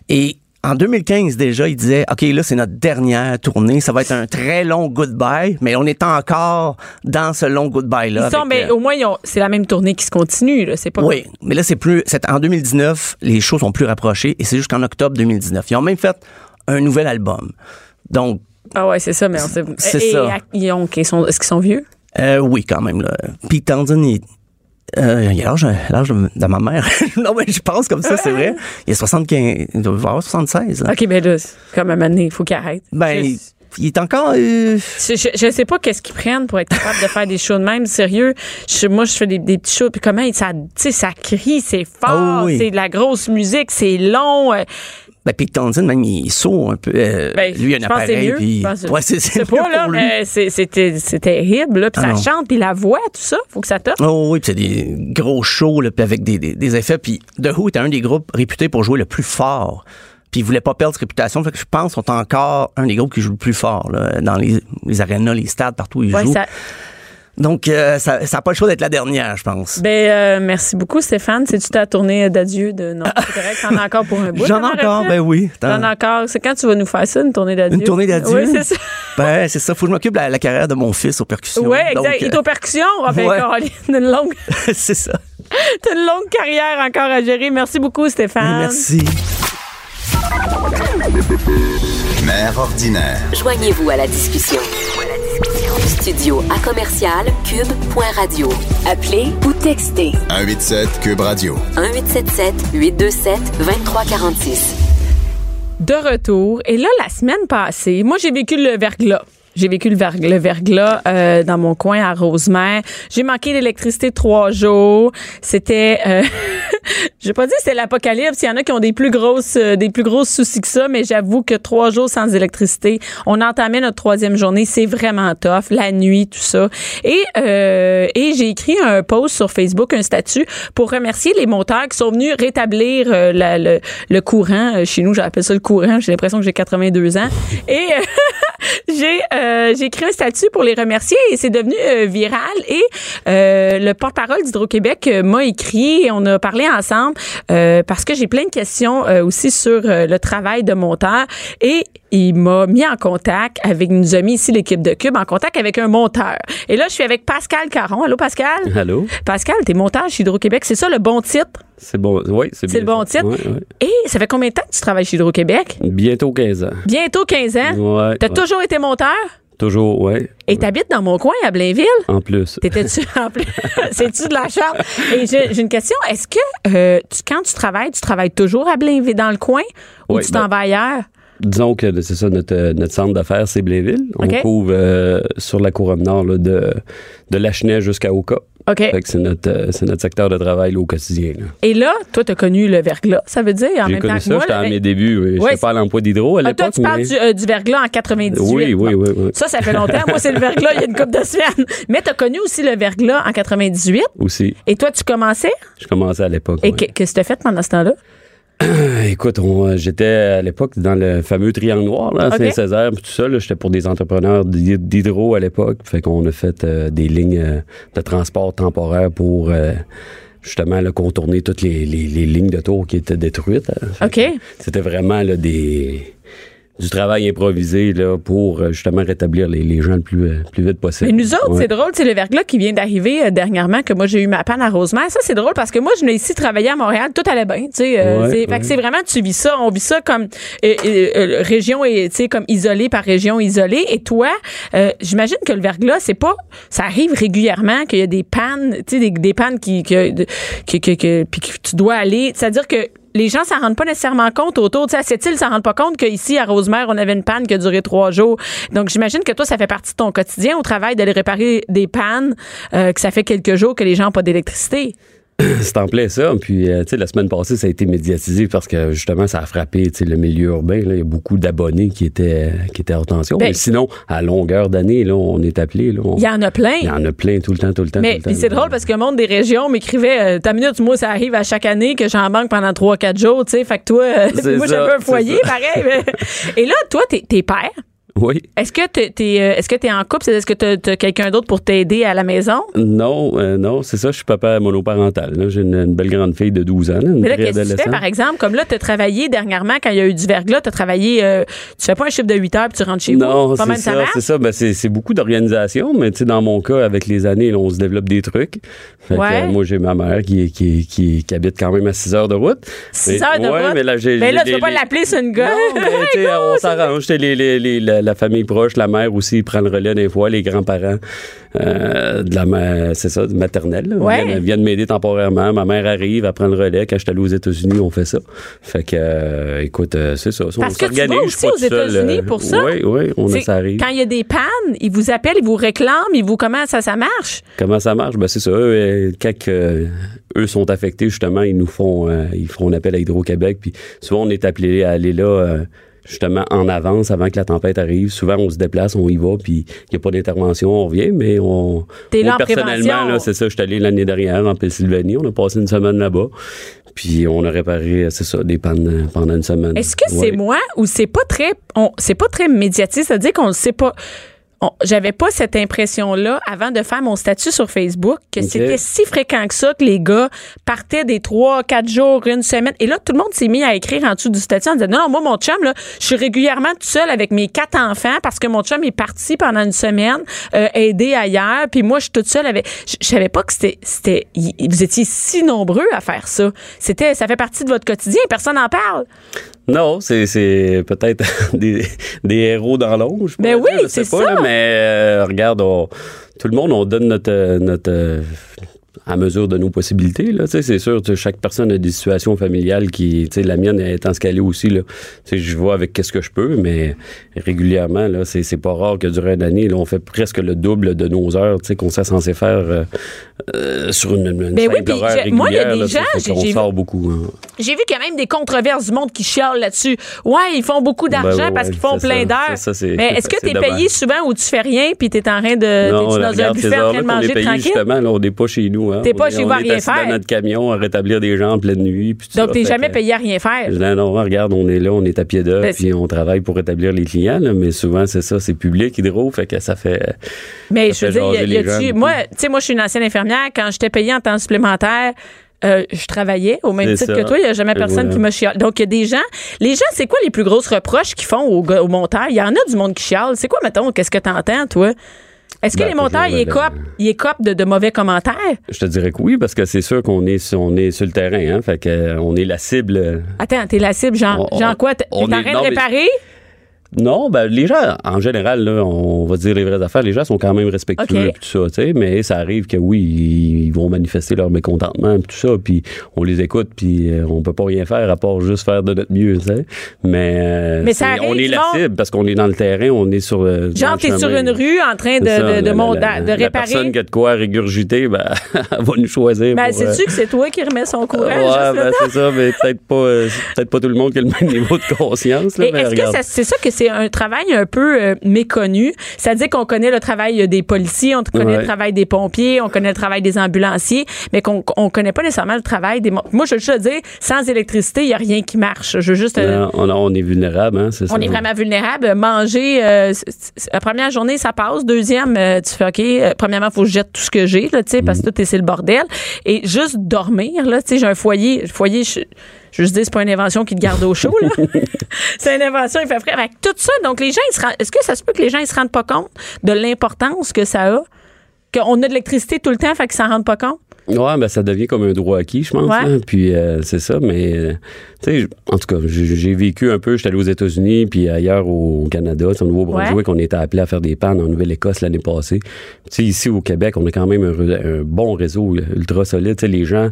Speaker 5: Et En 2015 déjà, il disait, OK, là, c'est notre dernière tournée. Ça va être un très long goodbye, mais on est encore dans ce long goodbye-là.
Speaker 3: Ils sont,
Speaker 5: avec,
Speaker 3: ben,
Speaker 5: euh,
Speaker 3: au moins, ils ont- c'est la même tournée qui se continue. là. C'est pas
Speaker 5: oui, mais là, c'est plus. c'est- en 2019, les shows sont plus rapprochés et c'est jusqu'en octobre 2019. Ils ont même fait un nouvel album. Donc,
Speaker 3: Ah ouais, c'est ça, mais on sait.
Speaker 5: C'est
Speaker 3: Et- et
Speaker 5: ça.
Speaker 3: à- ils ont- qu'ils sont- Est-ce qu'ils sont vieux?
Speaker 5: euh, oui, quand même. Là. Puis Townsend, il, euh, il a l'âge l'âge de, de ma mère. non, mais je pense comme ça, c'est vrai. Il a 75. Il doit avoir 76. Là.
Speaker 3: OK, ben là, c'est comme à un moment donné, il faut qu'ils arrêtent.
Speaker 5: Ben,
Speaker 3: Je-
Speaker 5: il, il est encore. euh,
Speaker 3: Je, je, je sais pas qu'est-ce qu'ils prennent pour être capable de faire des shows de même, sérieux. Je- moi, je fais des, des petits shows, puis comment, ils- ça, tu sais, ça crie, c'est fort,
Speaker 5: Ah oui.
Speaker 3: c'est de la grosse musique, c'est long. euh,
Speaker 5: ben, puis Townsend, même, il est sourd un peu. euh,
Speaker 3: ben,
Speaker 5: lui, il a un
Speaker 3: je pense que c'est
Speaker 5: appareil.
Speaker 3: mieux.
Speaker 5: Puis,
Speaker 3: Je pense que-
Speaker 5: ouais, c'est
Speaker 3: je sais
Speaker 5: c'est
Speaker 3: pas,
Speaker 5: mieux pour
Speaker 3: là,
Speaker 5: lui.
Speaker 3: mais c'est- c'était- c'est terrible, là, puis
Speaker 5: Ah
Speaker 3: ça
Speaker 5: non.
Speaker 3: chante, puis la voix, tout ça, faut que ça tape.
Speaker 5: Oh oui, puis c'est des gros shows là, puis avec des, des- des effets. Puis The Who était un des groupes réputés pour jouer le plus fort. Puis ils voulaient pas perdre cette réputation. Fait que je pense qu'ils sont encore un des groupes qui joue le plus fort là, dans les, les arénas, les stades, partout où ils
Speaker 3: Ouais,
Speaker 5: jouent.
Speaker 3: ça-
Speaker 5: Donc euh, ça n'a pas le choix d'être la dernière, je pense.
Speaker 3: ben, euh, merci beaucoup, Stéphane. C'est-tu ta tournée d'adieu de. Non, c'est correct, t'en as encore pour un bout.
Speaker 5: J'en ai
Speaker 3: avant la
Speaker 5: encore,
Speaker 3: retraite?
Speaker 5: ben oui.
Speaker 3: T'en as encore. C'est quand tu vas nous faire ça, une tournée d'adieu?
Speaker 5: Une tournée d'adieu?
Speaker 3: Oui, c'est ça.
Speaker 5: Ben, c'est ça. Faut que je m'occupe de la, la carrière de mon fils aux percussions.
Speaker 3: Oui, exact.
Speaker 5: Donc, euh,
Speaker 3: Et aux percussions, ah ben,
Speaker 5: ouais.
Speaker 3: Caroline, une longue,
Speaker 5: c'est ça.
Speaker 3: t'as une longue carrière encore à gérer. Merci beaucoup, Stéphane.
Speaker 5: Merci.
Speaker 2: Mère ordinaire.
Speaker 1: Joignez-vous à la discussion. Studio à commercial cube.radio. Appelez ou textez
Speaker 2: 187 Cube Radio.
Speaker 1: 1877 827 2346.
Speaker 3: De retour. Et là, la semaine passée, moi, j'ai vécu le verglas. J'ai vécu le, verg- le verglas euh, dans mon coin à Rosemère. J'ai manqué d'électricité trois jours. C'était, euh, je vais pas dire que c'était l'apocalypse. Il y en a qui ont des plus grosses, euh, des plus grosses soucis que ça, mais j'avoue que trois jours sans électricité, on entamait notre troisième journée. C'est vraiment tough. La nuit, tout ça. Et euh, et j'ai écrit un post sur Facebook, un statut pour remercier les monteurs qui sont venus rétablir euh, la- le, le courant. Euh, Chez nous, j'appelle ça le courant. J'ai l'impression que j'ai 82 ans. Et euh, j'ai euh, j'ai écrit un statut pour les remercier et c'est devenu euh, viral. Et euh, le porte-parole d'Hydro-Québec euh, m'a écrit et on a parlé ensemble euh, parce que j'ai plein de questions euh, aussi sur euh, le travail de monteur. Et il m'a mis en contact avec, il nous a mis ici l'équipe de Cube, en contact avec un monteur. Et là, je suis avec Pascal Caron. Allô, Pascal?
Speaker 7: Allô?
Speaker 3: Pascal, tes montages chez Hydro-Québec, c'est ça le bon titre?
Speaker 7: C'est bon. Oui, c'est
Speaker 3: C'est
Speaker 7: bien
Speaker 3: le bon
Speaker 7: ça.
Speaker 3: titre?
Speaker 7: Ouais, ouais.
Speaker 3: Et ça fait combien de temps que tu travailles chez Hydro-Québec?
Speaker 7: Bientôt 15 ans.
Speaker 3: Bientôt 15 ans.
Speaker 7: Ouais,
Speaker 3: T'as
Speaker 7: ouais.
Speaker 3: toujours été monteur?
Speaker 7: Toujours, ouais.
Speaker 3: Et t'habites dans mon coin à Blainville?
Speaker 7: En plus.
Speaker 3: T'étais-tu en plus? C'est-tu de la charte? Et j'ai j'ai une question. Est-ce que euh, tu, quand tu travailles, tu travailles toujours à Blainville dans le coin ou
Speaker 7: Oui,
Speaker 3: tu t'en
Speaker 7: ben-
Speaker 3: vas ailleurs?
Speaker 7: Disons que c'est ça, notre, euh, notre centre d'affaires, c'est Blainville. On
Speaker 3: OK.
Speaker 7: couvre euh, sur la couronne nord là, de, de Lachenay jusqu'à Oka.
Speaker 3: OK.
Speaker 7: Fait que c'est notre, euh, c'est notre secteur de travail là, au quotidien. là.
Speaker 3: Et là, toi, t'as connu le verglas, ça veut dire, en
Speaker 7: J'ai
Speaker 3: même temps
Speaker 7: connu
Speaker 3: que
Speaker 7: ça,
Speaker 3: moi.
Speaker 7: j'étais
Speaker 3: là,
Speaker 7: à
Speaker 3: mais-
Speaker 7: mes débuts. oui.
Speaker 3: Ouais,
Speaker 7: J'étais pas à l'emploi d'hydro à
Speaker 3: Ah, toi,
Speaker 7: l'époque.
Speaker 3: tu parles
Speaker 7: mais-
Speaker 3: du, euh, du verglas en 98.
Speaker 7: Oui, oui,
Speaker 3: Bon.
Speaker 7: oui, oui.
Speaker 3: Ça, ça fait longtemps. Moi, c'est le verglas il y a une couple de semaines. Mais t'as connu aussi le verglas en 98.
Speaker 7: Aussi,
Speaker 3: Et toi, tu commençais?
Speaker 7: je commençais à l'époque.
Speaker 3: Et
Speaker 7: ouais.
Speaker 3: que- qu'est-ce que t'as fait pendant ce temps-là?
Speaker 7: Euh, Écoute, on, euh, j'étais à l'époque dans le fameux triangle noir, là, à
Speaker 3: Ok.
Speaker 7: Saint-Césaire, puis tout ça. là, J'étais pour des entrepreneurs d'hy- d'hydro à l'époque. Fait qu'on a fait euh, des lignes euh, de transport temporaire pour euh, justement là, contourner toutes les, les- les lignes de tour qui étaient détruites. hein. Fait
Speaker 3: OK.
Speaker 7: que C'était vraiment là, des du travail improvisé là, pour euh, justement rétablir les, les gens le plus, euh, plus vite possible.
Speaker 3: Mais nous autres,
Speaker 7: Ouais.
Speaker 3: c'est drôle, c'est le verglas qui vient d'arriver euh, dernièrement que moi j'ai eu ma panne à Rosemère. Ça, c'est drôle parce que moi, je venais ici travailler à Montréal, tout allait bien. Tu sais, euh,
Speaker 7: Ouais,
Speaker 3: c'est-
Speaker 7: ouais.
Speaker 3: fait que c'est vraiment, tu vis ça, on vit ça comme euh, euh, euh, région et tu sais, comme isolé par région isolée. Et toi, euh, j'imagine que le verglas, c'est pas, ça arrive régulièrement qu'il y a des pannes, tu sais, des, des pannes qui, que, de- que, que, que- puis que tu dois aller. C'est-à-dire que les gens s'en rendent pas nécessairement compte autour. Tu sais, à cette île, s'en rendent pas compte qu'ici, à Rosemère, on avait une panne qui a duré trois jours. Donc, j'imagine que toi, ça fait partie de ton quotidien au travail d'aller réparer des pannes, euh, que ça fait quelques jours que les gens n'ont pas d'électricité.
Speaker 7: C'est en plein ça. Puis, euh, tu sais, la semaine passée, ça a été médiatisé parce que, justement, ça a frappé, tu sais, le milieu urbain. là. Il y a beaucoup d'abonnés qui étaient, qui étaient en tension.
Speaker 3: Ben-
Speaker 7: Mais sinon, à longueur d'année, là, on est appelé. là, on-
Speaker 3: Il y en a plein.
Speaker 7: Il y en a plein tout le temps, tout le temps.
Speaker 3: Mais
Speaker 7: tout le
Speaker 3: puis
Speaker 7: temps.
Speaker 3: c'est drôle parce que le monde des régions m'écrivait euh, ta minute moi ça arrive à chaque année que j'en manque pendant 3 4 jours, tu sais, fait que toi euh,
Speaker 7: C'est
Speaker 3: moi
Speaker 7: ça,
Speaker 3: j'avais un
Speaker 7: c'est
Speaker 3: foyer
Speaker 7: ça.
Speaker 3: pareil. mais- Et là toi t'es t'es père.
Speaker 7: Oui.
Speaker 3: Est-ce que t'es, t'es, euh, est-ce que t'es en couple? C'est- Est-ce que t'as, t'as quelqu'un d'autre pour t'aider à la maison?
Speaker 7: Non, euh, non, c'est ça, je suis papa monoparental. là. J'ai une, une belle grande fille de 12 ans, là, une
Speaker 3: Mais là, qu'est-ce que tu fais,
Speaker 7: préadolescente.
Speaker 3: par exemple? Comme là, t'as travaillé dernièrement, quand il y a eu du verglas, t'as travaillé, euh, tu fais pas un chiffre de 8 heures puis tu rentres chez vous. Pas
Speaker 7: Non, c'est
Speaker 3: mal, ça
Speaker 7: ça,
Speaker 3: marche?
Speaker 7: c'est ça. Ben, c'est c'est beaucoup d'organisation, mais tu sais, dans mon cas, avec les années, là, on se développe des trucs. Fait que,
Speaker 3: Ouais.
Speaker 7: euh, moi, j'ai ma mère qui, qui, qui, qui habite quand même à 6 heures de route.
Speaker 3: 6
Speaker 7: Mais-
Speaker 3: heures de
Speaker 7: ouais,
Speaker 3: route. Ben
Speaker 7: Mais là, j'ai- j'ai
Speaker 3: là, tu
Speaker 7: des-
Speaker 3: peux pas
Speaker 7: les-
Speaker 3: l'appeler, c'est une gueule.
Speaker 7: Non, mais, tu sais, on s'arrange. Tu sais, Les, les, les- la, la famille proche, la mère aussi prend le relais des fois, les grands-parents euh, de la ma- c'est ça, de maternelle. là,
Speaker 3: Ouais.
Speaker 7: viennent, viennent m'aider temporairement. Ma mère arrive, elle prend le relais. Quand je suis allé aux États-Unis, on fait ça. Fait que, euh, écoute, euh, c'est ça. on
Speaker 3: Parce que tu
Speaker 7: s'organise,
Speaker 3: vas
Speaker 7: je suis pas
Speaker 3: aussi
Speaker 7: tout
Speaker 3: aux
Speaker 7: seul, euh,
Speaker 3: États-Unis pour ça.
Speaker 7: Oui, oui, on a
Speaker 3: T'sais,
Speaker 7: ça arrive.
Speaker 3: Quand il y a des pannes, ils vous appellent, ils vous réclament, ils vous comment ça, ça marche?
Speaker 7: Comment ça marche? Ben, c'est ça. Eux, euh, quand que, euh, eux sont affectés, justement, ils nous font, euh, ils font un appel à Hydro-Québec. Puis souvent, on est appelé à aller là, euh, justement, en avance, avant que la tempête arrive. Souvent, on se déplace, on y va, puis il n'y a pas d'intervention, on revient, mais on.
Speaker 3: T'es là
Speaker 7: moi,
Speaker 3: en
Speaker 7: personnellement,
Speaker 3: prévention.
Speaker 7: là, c'est ça. Je suis allé l'année dernière en Pennsylvanie. On a passé une semaine là-bas. Puis on a réparé, c'est ça, des pannes euh, pendant une semaine.
Speaker 3: Est-ce que
Speaker 7: Ouais.
Speaker 3: c'est moi ou c'est pas très on c'est pas très médiatisé, c'est-à-dire qu'on le sait pas on- j'avais pas cette impression-là avant de faire mon statut sur Facebook que
Speaker 7: Ok.
Speaker 3: c'était si fréquent que ça que les gars partaient des trois, quatre jours, une semaine. Et là, tout le monde s'est mis à écrire en dessous du statut en disant Non, non, moi, mon chum, là, je suis régulièrement tout seul avec mes quatre enfants parce que mon chum est parti pendant une semaine euh, aider ailleurs. Puis moi, je suis toute seule avec. Je, je savais pas que c'était. c'était y- vous étiez si nombreux à faire ça. C'était, ça fait partie de votre quotidien. Personne n'en parle.
Speaker 7: Non, c'est, c'est peut-être des, des héros dans l'ombre. je
Speaker 3: Ben
Speaker 7: pourrais
Speaker 3: oui,
Speaker 7: dire, je sais
Speaker 3: c'est
Speaker 7: pas,
Speaker 3: ça.
Speaker 7: là, mais euh, regarde, on- tout le monde, on donne notre. euh, notre euh, à mesure de nos possibilités. Là, Tu sais, c'est sûr, tu sais, chaque personne a des situations familiales qui, tu sais, la mienne étant ce qu'elle est aussi, là, Tu sais, je vois avec qu'est-ce que je peux, mais régulièrement, là, c'est, c'est pas rare que durant une année, là, on fait presque le double de nos heures tu sais, qu'on serait censé faire euh, euh, sur une, une
Speaker 3: Ben oui,
Speaker 7: simple
Speaker 3: puis
Speaker 7: horaire
Speaker 3: j'ai- moi, il y a
Speaker 7: régulière,
Speaker 3: des
Speaker 7: là, tu sais,
Speaker 3: gens,
Speaker 7: fait
Speaker 3: j'ai-
Speaker 7: qu'on
Speaker 3: j'ai vu-
Speaker 7: sort beaucoup. hein.
Speaker 3: J'ai vu quand même des controverses du monde qui chialent là-dessus. Ouais, ils font beaucoup d'argent
Speaker 7: Ben ouais,
Speaker 3: parce qu'ils font
Speaker 7: c'est
Speaker 3: plein
Speaker 7: ça,
Speaker 3: d'heures.
Speaker 7: ça, ça, c'est-
Speaker 3: Mais est-ce que
Speaker 7: c'est
Speaker 3: tu es
Speaker 7: dommage.
Speaker 3: payé souvent où tu fais rien puis tu es en train de Euh,
Speaker 7: Non,
Speaker 3: t'es-tu dans
Speaker 7: là,
Speaker 3: un
Speaker 7: regarde,
Speaker 3: buffet
Speaker 7: ces
Speaker 3: en train de
Speaker 7: heures-là qu'on est
Speaker 3: manger
Speaker 7: payé,
Speaker 3: tranquille?
Speaker 7: justement, là, on n'est pas chez nous. Hein.
Speaker 3: T'es
Speaker 7: On
Speaker 3: pas
Speaker 7: est-
Speaker 3: chez vous
Speaker 7: on
Speaker 3: à
Speaker 7: est
Speaker 3: rien
Speaker 7: assis
Speaker 3: faire.
Speaker 7: dans notre camion à rétablir des gens en pleine nuit. Puis tout
Speaker 3: Donc
Speaker 7: ça,
Speaker 3: t'es
Speaker 7: fait
Speaker 3: jamais
Speaker 7: que-
Speaker 3: payé à rien faire.
Speaker 7: Non, non, regarde, on est là, on est à pied d'œuvre,
Speaker 3: Ben, c'est-
Speaker 7: puis on travaille pour rétablir les clients, là, mais souvent, c'est ça, c'est public, hydro, fait que ça fait...
Speaker 3: Mais je
Speaker 7: Ça
Speaker 3: veux
Speaker 7: fait
Speaker 3: dire, y a-
Speaker 7: jaser
Speaker 3: y
Speaker 7: les
Speaker 3: a-tu-
Speaker 7: gens beaucoup.
Speaker 3: moi, tu sais, moi, je suis une ancienne infirmière. Quand j'étais payée en temps supplémentaire, euh, je travaillais au même
Speaker 7: C'est
Speaker 3: titre
Speaker 7: ça.
Speaker 3: que toi. Il n'y a jamais
Speaker 7: Et
Speaker 3: personne
Speaker 7: voilà.
Speaker 3: qui me chiale. Donc, il y a des gens. Les gens, c'est quoi les plus grosses reproches qu'ils font aux, gars- aux monteurs? Il y en a du monde qui chiale. C'est quoi, mettons, qu'est-ce que t'entends, toi? Est-ce que
Speaker 7: Ben,
Speaker 3: les monteurs, ils
Speaker 7: toujours,
Speaker 3: écopent,
Speaker 7: ben,
Speaker 3: ils écopent de, de mauvais commentaires?
Speaker 7: Je te dirais que oui, parce que c'est sûr qu'on est, sur- on est sur le terrain, hein, fait que euh, on est la cible... euh,
Speaker 3: Attends, t'es la cible, genre,
Speaker 7: On-
Speaker 3: genre quoi? T'es t'es
Speaker 7: on
Speaker 3: en train
Speaker 7: est-
Speaker 3: de
Speaker 7: non, mais-
Speaker 3: réparer?
Speaker 7: Non, ben, les gens, en général, là, on va dire les vraies affaires, les gens sont quand même respectueux
Speaker 3: OK.
Speaker 7: et tout ça, tu sais, mais ça arrive que oui, ils vont manifester leur mécontentement et tout ça, puis on les écoute, puis euh, on peut pas rien faire à part juste faire de notre mieux, tu sais. Mais, euh,
Speaker 3: Mais ça
Speaker 7: c'est- on
Speaker 3: arrive,
Speaker 7: est la
Speaker 3: bon.
Speaker 7: cible parce qu'on est dans le terrain, on est sur le. dans
Speaker 3: Genre,
Speaker 7: le
Speaker 3: t'es
Speaker 7: chemin.
Speaker 3: sur une rue en train de,
Speaker 7: C'est ça,
Speaker 3: de, de,
Speaker 7: la-
Speaker 3: mon-
Speaker 7: la-
Speaker 3: de
Speaker 7: la
Speaker 3: réparer.
Speaker 7: personne qui a de quoi régurgiter, ben, elle va nous choisir.
Speaker 3: Ben,
Speaker 7: pour, euh,
Speaker 3: sais-tu que c'est toi qui remets son courage?
Speaker 7: ouais,
Speaker 3: juste là-dedans?
Speaker 7: ben, c'est ça, mais peut-être pas, euh, peut-être pas tout le monde qui a le même niveau de conscience. Là,
Speaker 3: Mais
Speaker 7: mais
Speaker 3: est-ce que
Speaker 7: regarde.
Speaker 3: ça- c'est ça que c'est un travail un peu euh, méconnu? C'est-à-dire qu'on connaît le travail euh, des policiers, on connaît le
Speaker 7: Ouais.
Speaker 3: travail des pompiers, on connaît le travail des ambulanciers, mais qu'on on connaît pas nécessairement le travail des... mon- Moi, je veux juste dire, sans électricité, il y a rien qui marche. Je veux juste... euh,
Speaker 7: Non, on, on est vulnérable, hein, c'est ça.
Speaker 3: on est vraiment vulnérable. Manger, euh, c- c- la première journée, ça passe. Deuxième, euh, tu fais OK. euh, premièrement, faut que je jette tout ce que j'ai, là, tu sais,
Speaker 7: Mm.
Speaker 3: parce que tout est c'est le bordel. Et juste dormir, là, tu sais, j'ai un foyer. Le foyer, je, je veux juste dire, c'est pas une invention qui te garde au chaud, là. c'est une invention, il fait frais. Fait que tout ça, donc les gens, ils se rendent- est-ce que ça se peut que les gens, ils se rendent pas compte de l'importance que ça a? Qu'on a de l'électricité tout le temps, fait qu'ils s'en rendent pas compte?
Speaker 7: Ouais, ben ça devient comme un droit acquis, je pense.
Speaker 3: Ouais.
Speaker 7: hein. Puis euh, c'est ça, mais euh, tu sais, je- en tout cas, j'ai j'ai vécu un peu. J'étais allé aux États-Unis, puis ailleurs au Canada, tu sais, au Nouveau-Brunswick, on était appelé à faire des pannes en Nouvelle-Écosse l'année passée. Tu sais, ici au Québec, on a quand même un, re- un bon réseau là, ultra solide. Tu sais, les gens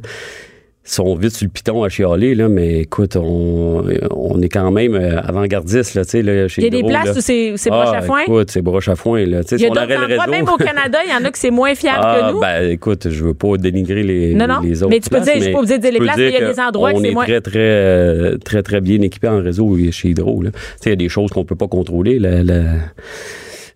Speaker 7: sont vite sur le piton à chialer, là, mais écoute, on, on est quand même euh, avant-gardiste, là, tu sais, là, chez
Speaker 3: Il y a des
Speaker 7: Hydro,
Speaker 3: places
Speaker 7: là.
Speaker 3: où c'est où c'est
Speaker 7: Ah,
Speaker 3: broche à foin.
Speaker 7: Écoute, c'est broche à foin, là. Tu sais,
Speaker 3: Il y a
Speaker 7: si on
Speaker 3: d'autres
Speaker 7: aurait le
Speaker 3: endroits,
Speaker 7: réseau-
Speaker 3: même au Canada, il y en a que c'est moins fiable que nous.
Speaker 7: ben, écoute, je veux pas dénigrer les,
Speaker 3: Non, non,
Speaker 7: les autres.
Speaker 3: mais tu peux
Speaker 7: places,
Speaker 3: dire- je suis pas obligée de dire les
Speaker 7: je peux
Speaker 3: places, mais il y a
Speaker 7: que
Speaker 3: des endroits que
Speaker 7: on
Speaker 3: c'est
Speaker 7: est
Speaker 3: moins-
Speaker 7: très, très, euh, très, très bien équipé en réseau et chez Hydro. là. Tu sais, il y a des choses qu'on peut pas contrôler. La, la- le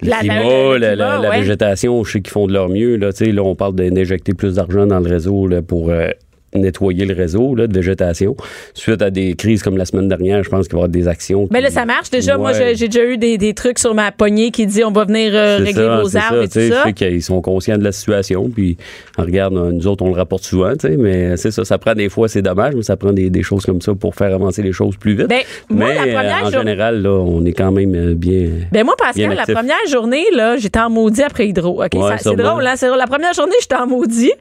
Speaker 3: La- la-
Speaker 7: climat,
Speaker 3: le
Speaker 7: la, la-
Speaker 3: climat,
Speaker 7: la
Speaker 3: ouais.
Speaker 7: végétation, je sais qu'ils font de leur mieux. Là, Tu sais, là on parle d'in- d'injecter plus d'argent dans le réseau là, pour euh, nettoyer le réseau là, de végétation. Suite à des crises comme la semaine dernière, je pense qu'il va y avoir des actions.
Speaker 3: Ben là,
Speaker 7: qui-
Speaker 3: ça marche. Déjà, moi,
Speaker 7: Ouais.
Speaker 3: je- j'ai déjà eu des, des trucs sur ma poignée qui dit on va venir euh,
Speaker 7: C'est
Speaker 3: régler
Speaker 7: ça,
Speaker 3: vos
Speaker 7: c'est
Speaker 3: arbres
Speaker 7: ça,
Speaker 3: et
Speaker 7: tu sais,
Speaker 3: tout ça.
Speaker 7: Je sais qu'ils sont conscients de la situation, puis on regarde, euh, nous autres, on le rapporte souvent, tu sais, mais c'est ça, ça prend des fois, c'est dommage, mais ça prend des, des choses comme ça pour faire avancer les choses plus vite.
Speaker 3: Ben, moi,
Speaker 7: mais
Speaker 3: la première
Speaker 7: euh, en
Speaker 3: jour-
Speaker 7: général, là, on est quand même euh, bien...
Speaker 3: Ben moi,
Speaker 7: Bien
Speaker 3: Pascal, la
Speaker 7: actif.
Speaker 3: première journée, là, j'étais en maudit après Hydro. OK,
Speaker 7: Ouais,
Speaker 3: Ça- c'est
Speaker 7: sûrement.
Speaker 3: drôle, là. C'est drôle. La première journée, j'étais en maudit.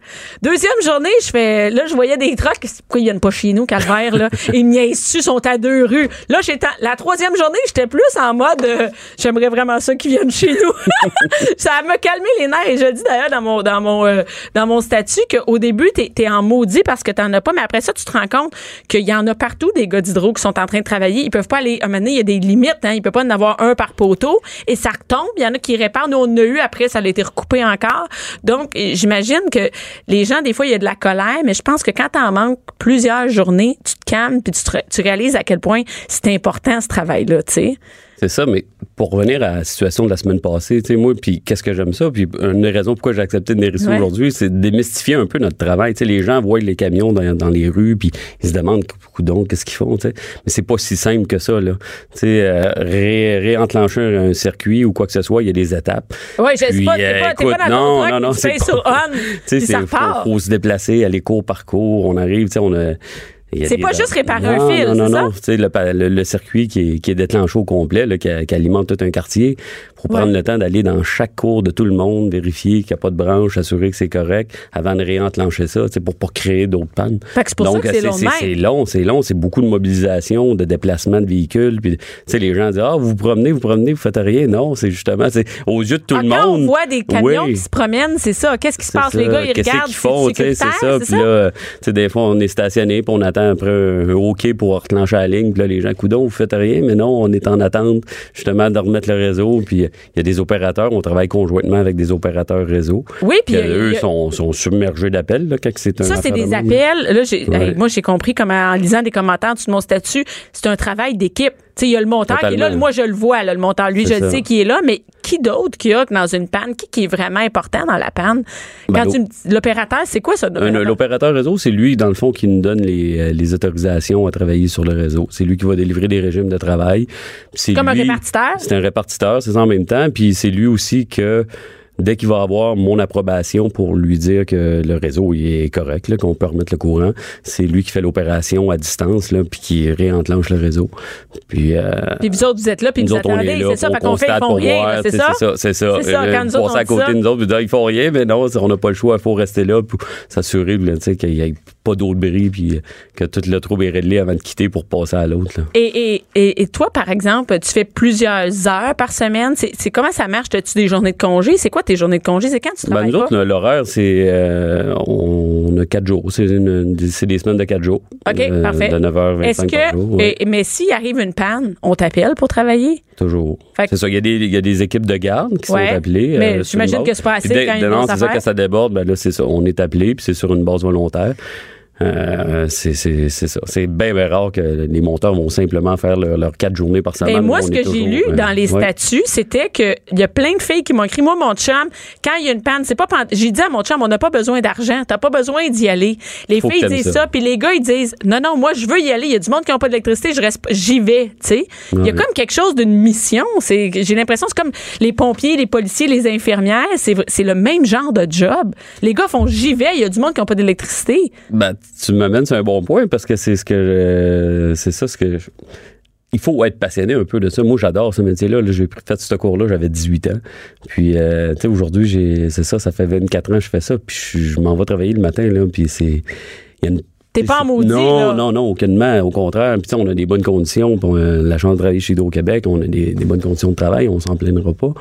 Speaker 3: Deuxième journée, je fais. Là, je voyais des trucks. C'est Pourquoi ils viennent pas chez nous, Calvaire, là? ils me niaisent ils sont à deux rues. Là, j'étais. en- La troisième journée, j'étais plus en mode euh, j'aimerais vraiment ça qu'ils viennent chez nous. ça m'a calmé les nerfs. Et je le dis d'ailleurs dans mon dans mon euh, dans mon statut qu'au début, t'es es en maudit parce que t'en as pas, mais après ça, tu te rends compte qu'il y en a partout des gars d'hydro qui sont en train de travailler. Ils peuvent pas aller. À un moment donné, il y a des limites. Hein. Il peut pas en avoir un par poteau. Et ça retombe. Il y en a qui réparent. Nous, on en a eu après, ça a été recoupé encore. Donc, et j'imagine que les gens, des fois, il y a de la colère, mais je pense que quand t'en manques plusieurs journées, tu te calmes puis tu, te- tu réalises à quel point c'est important ce travail-là, tu sais.
Speaker 7: C'est ça, mais pour revenir à la situation de la semaine passée, tu sais, moi, puis qu'est-ce que j'aime ça, puis une des raisons pourquoi j'ai accepté de venir ici
Speaker 3: Ouais.
Speaker 7: aujourd'hui, c'est de démystifier un peu notre travail. Tu sais, les gens voient les camions dans, dans les rues, puis ils se demandent, coudonc, qu'est-ce qu'ils font, tu sais. Mais c'est pas si simple que ça, là. Tu sais, euh, ré- réenclencher un circuit ou quoi que ce soit, il y a des étapes.
Speaker 3: Oui, je sais
Speaker 7: Puis,
Speaker 3: pas, t'es pas, t'es
Speaker 7: euh,
Speaker 3: pas
Speaker 7: écoute,
Speaker 3: dans ton
Speaker 7: non,
Speaker 3: truck,
Speaker 7: non, non,
Speaker 3: tu
Speaker 7: c'est
Speaker 3: fais
Speaker 7: pas-
Speaker 3: sur on,
Speaker 7: Tu
Speaker 3: puis
Speaker 7: sais,
Speaker 3: ça
Speaker 7: c'est- faut,
Speaker 3: repart.
Speaker 7: faut se déplacer, aller cours par cours, on arrive, tu sais, on a... il y a
Speaker 3: C'est
Speaker 7: des-
Speaker 3: pas juste réparer
Speaker 7: Non,
Speaker 3: un fil,
Speaker 7: Non, non,
Speaker 3: c'est ça?
Speaker 7: non. Tu sais, Le, pa- le- le circuit qui est, qui est déclenché au complet, là, qui, a- qui alimente tout un quartier, pour prendre
Speaker 3: Ouais.
Speaker 7: le temps d'aller dans chaque cours de tout le monde, vérifier qu'il n'y a pas de branche, assurer que c'est correct, avant de réenclencher ça, tu sais, pour pas créer d'autres pannes.
Speaker 3: Fait que c'est pour ça
Speaker 7: Donc,
Speaker 3: que c'est long de même.
Speaker 7: c'est long, c'est long, c'est beaucoup de mobilisation, de déplacement de véhicules. Puis, tu sais, les gens disent ah, vous vous promenez, vous promenez, vous faites rien. Non, c'est justement, c'est aux yeux de tout
Speaker 3: Ah,
Speaker 7: le monde.
Speaker 3: Quand on voit des camions
Speaker 7: Oui.
Speaker 3: qui se promènent, c'est ça. Qu'est-ce qui se
Speaker 7: C'est
Speaker 3: passe?
Speaker 7: ça.
Speaker 3: Les gars, ils
Speaker 7: Qu'est-ce
Speaker 3: regardent.
Speaker 7: qu'ils font, tu sais, c'est
Speaker 3: sécuritaire,
Speaker 7: ça. Puis là, euh, tu sais, des fois, on est stationné, puis on attend après un un OK pour reclencher la ligne. Puis là, les gens, coudons, vous faites rien, mais non, on est en attente, justement, de remettre le réseau. Puis euh, il y a des opérateurs, on travaille conjointement avec des opérateurs réseau.
Speaker 3: Oui, puis
Speaker 7: Que
Speaker 3: il y a-
Speaker 7: eux
Speaker 3: il y a-
Speaker 7: sont, sont submergés d'appels, là, quand c'est un
Speaker 3: Ça, c'est
Speaker 7: affaire de
Speaker 3: des
Speaker 7: même.
Speaker 3: appels. Là, j'ai-
Speaker 7: Ouais.
Speaker 3: hey, moi, j'ai compris comme en lisant des commentaires de mon statut, c'est un travail d'équipe. Tu sais, il y a le monteur qui est là.
Speaker 7: Totalement.
Speaker 3: Moi, je le vois, là, le monteur. Lui, je
Speaker 7: C'est
Speaker 3: le
Speaker 7: ça.
Speaker 3: sais qui est là, mais qui d'autre qui a que dans une panne? Qui, qui est vraiment important dans la panne?
Speaker 7: Ben,
Speaker 3: Quand
Speaker 7: l'au-
Speaker 3: tu me dis- l'opérateur, c'est quoi ça?
Speaker 7: Un-
Speaker 3: l'opérateur?
Speaker 7: L'opérateur réseau, c'est lui, dans le fond, qui nous donne les, euh, les autorisations à travailler sur le réseau. C'est lui qui va délivrer des régimes de travail. Puis c'est
Speaker 3: Comme un
Speaker 7: lui-
Speaker 3: répartiteur?
Speaker 7: C'est un répartiteur, c'est ça en même temps. Puis c'est lui aussi que, dès qu'il va avoir mon approbation pour lui dire que le réseau il est correct, là, qu'on peut remettre le courant, c'est lui qui fait l'opération à distance, là, puis qui réenclenche le réseau. Puis, euh,
Speaker 3: Puis vous autres, vous êtes là, puis
Speaker 7: nous
Speaker 3: vous
Speaker 7: autres, on est
Speaker 3: attendez.
Speaker 7: là,
Speaker 3: C'est ça,
Speaker 7: on
Speaker 3: fait qu'on fait, ils
Speaker 7: constate
Speaker 3: font
Speaker 7: pour
Speaker 3: rien.
Speaker 7: voir,
Speaker 3: là, C'est
Speaker 7: tu sais,
Speaker 3: ça?
Speaker 7: C'est ça,
Speaker 3: C'est ça,
Speaker 7: Euh,
Speaker 3: quand nous autres,
Speaker 7: passer
Speaker 3: on
Speaker 7: à
Speaker 3: dit
Speaker 7: côté
Speaker 3: ça.
Speaker 7: de nous autres, puis dire, ils font rien, mais non, on n'a pas le choix, il faut rester là pour s'assurer là, tu sais, qu'il n'y ait pas d'autres bris, puis que tout le trouble est réglé avant de quitter pour passer à l'autre. là.
Speaker 3: Et, et, et, et toi, par exemple, tu fais plusieurs heures par semaine. C'est, c'est comment ça marche? As-tu des journées de congé? C'est quoi tes journées de congé? C'est quand tu
Speaker 7: Ben,
Speaker 3: travailles
Speaker 7: nous
Speaker 3: pas?
Speaker 7: autres, là, l'horaire, c'est. euh, on a quatre jours. C'est, une- c'est des semaines de quatre jours.
Speaker 3: OK,
Speaker 7: Euh,
Speaker 3: parfait.
Speaker 7: De 9h25
Speaker 3: Est-ce
Speaker 7: par
Speaker 3: que,
Speaker 7: jour. ouais,
Speaker 3: et- mais s'il arrive une panne, on t'appelle pour travailler?
Speaker 7: toujours.
Speaker 3: Fait que-
Speaker 7: c'est ça. Il y, a des, il y a des équipes de garde qui
Speaker 3: Ouais,
Speaker 7: sont appelées. euh,
Speaker 3: mais
Speaker 7: sur une
Speaker 3: j'imagine
Speaker 7: base.
Speaker 3: que c'est pas
Speaker 7: Puis
Speaker 3: assez
Speaker 7: dès-
Speaker 3: quand il y a
Speaker 7: dès- Non,
Speaker 3: une
Speaker 7: c'est
Speaker 3: grosse
Speaker 7: ça,
Speaker 3: affaire.
Speaker 7: quand ça déborde, ben là, c'est ça. On est appelé, puis c'est sur une base volontaire. Euh, c'est, c'est, c'est ça. C'est bien, bien rare que les monteurs vont simplement faire leur- leurs quatre journées par semaine.
Speaker 3: Et Ben, moi, ce
Speaker 7: On est
Speaker 3: que j'ai
Speaker 7: toujours,
Speaker 3: lu
Speaker 7: euh,
Speaker 3: dans les
Speaker 7: ouais.
Speaker 3: statuts, c'était que il y a plein de filles qui m'ont écrit, moi, mon chum, quand il y a une panne, c'est pas, pan- j'ai dit à mon chum, on n'a pas besoin d'argent, t'as pas besoin d'y aller. Les
Speaker 7: Faut que
Speaker 3: filles
Speaker 7: t'aimes
Speaker 3: disent
Speaker 7: ça.
Speaker 3: ça, puis les gars, ils disent, non, non, moi, je veux y aller, il y a du monde qui n'a pas d'électricité, je reste, pas- j'y vais, tu sais. Il y a comme quelque chose d'une mission, c'est, j'ai l'impression, c'est comme les pompiers, les policiers, les infirmières, c'est, v- c'est le même genre de job. Les gars font, j'y vais, il y a du monde qui n'a pas d'électricité.
Speaker 7: Ben, tu m'amènes sur un bon point parce que c'est ce que je- c'est ça ce que je- il faut être passionné un peu de ça. Moi, j'adore ce métier-là. Là, j'ai pris- fait ce cours-là, j'avais 18 ans. Puis, euh, tu sais, aujourd'hui, j'ai, c'est ça, ça fait 24 ans que je fais ça. Puis, je, je m'en vais travailler le matin, là. Puis, c'est. il y a une-
Speaker 3: T'es pas en maudit,
Speaker 7: Non,
Speaker 3: là.
Speaker 7: non, non, aucunement. Au contraire. Puis, tu sais, on a des bonnes conditions. Puis, on a la chance de travailler chez Hydro-Québec. On a des, des bonnes conditions de travail. On s'en plaindra pas.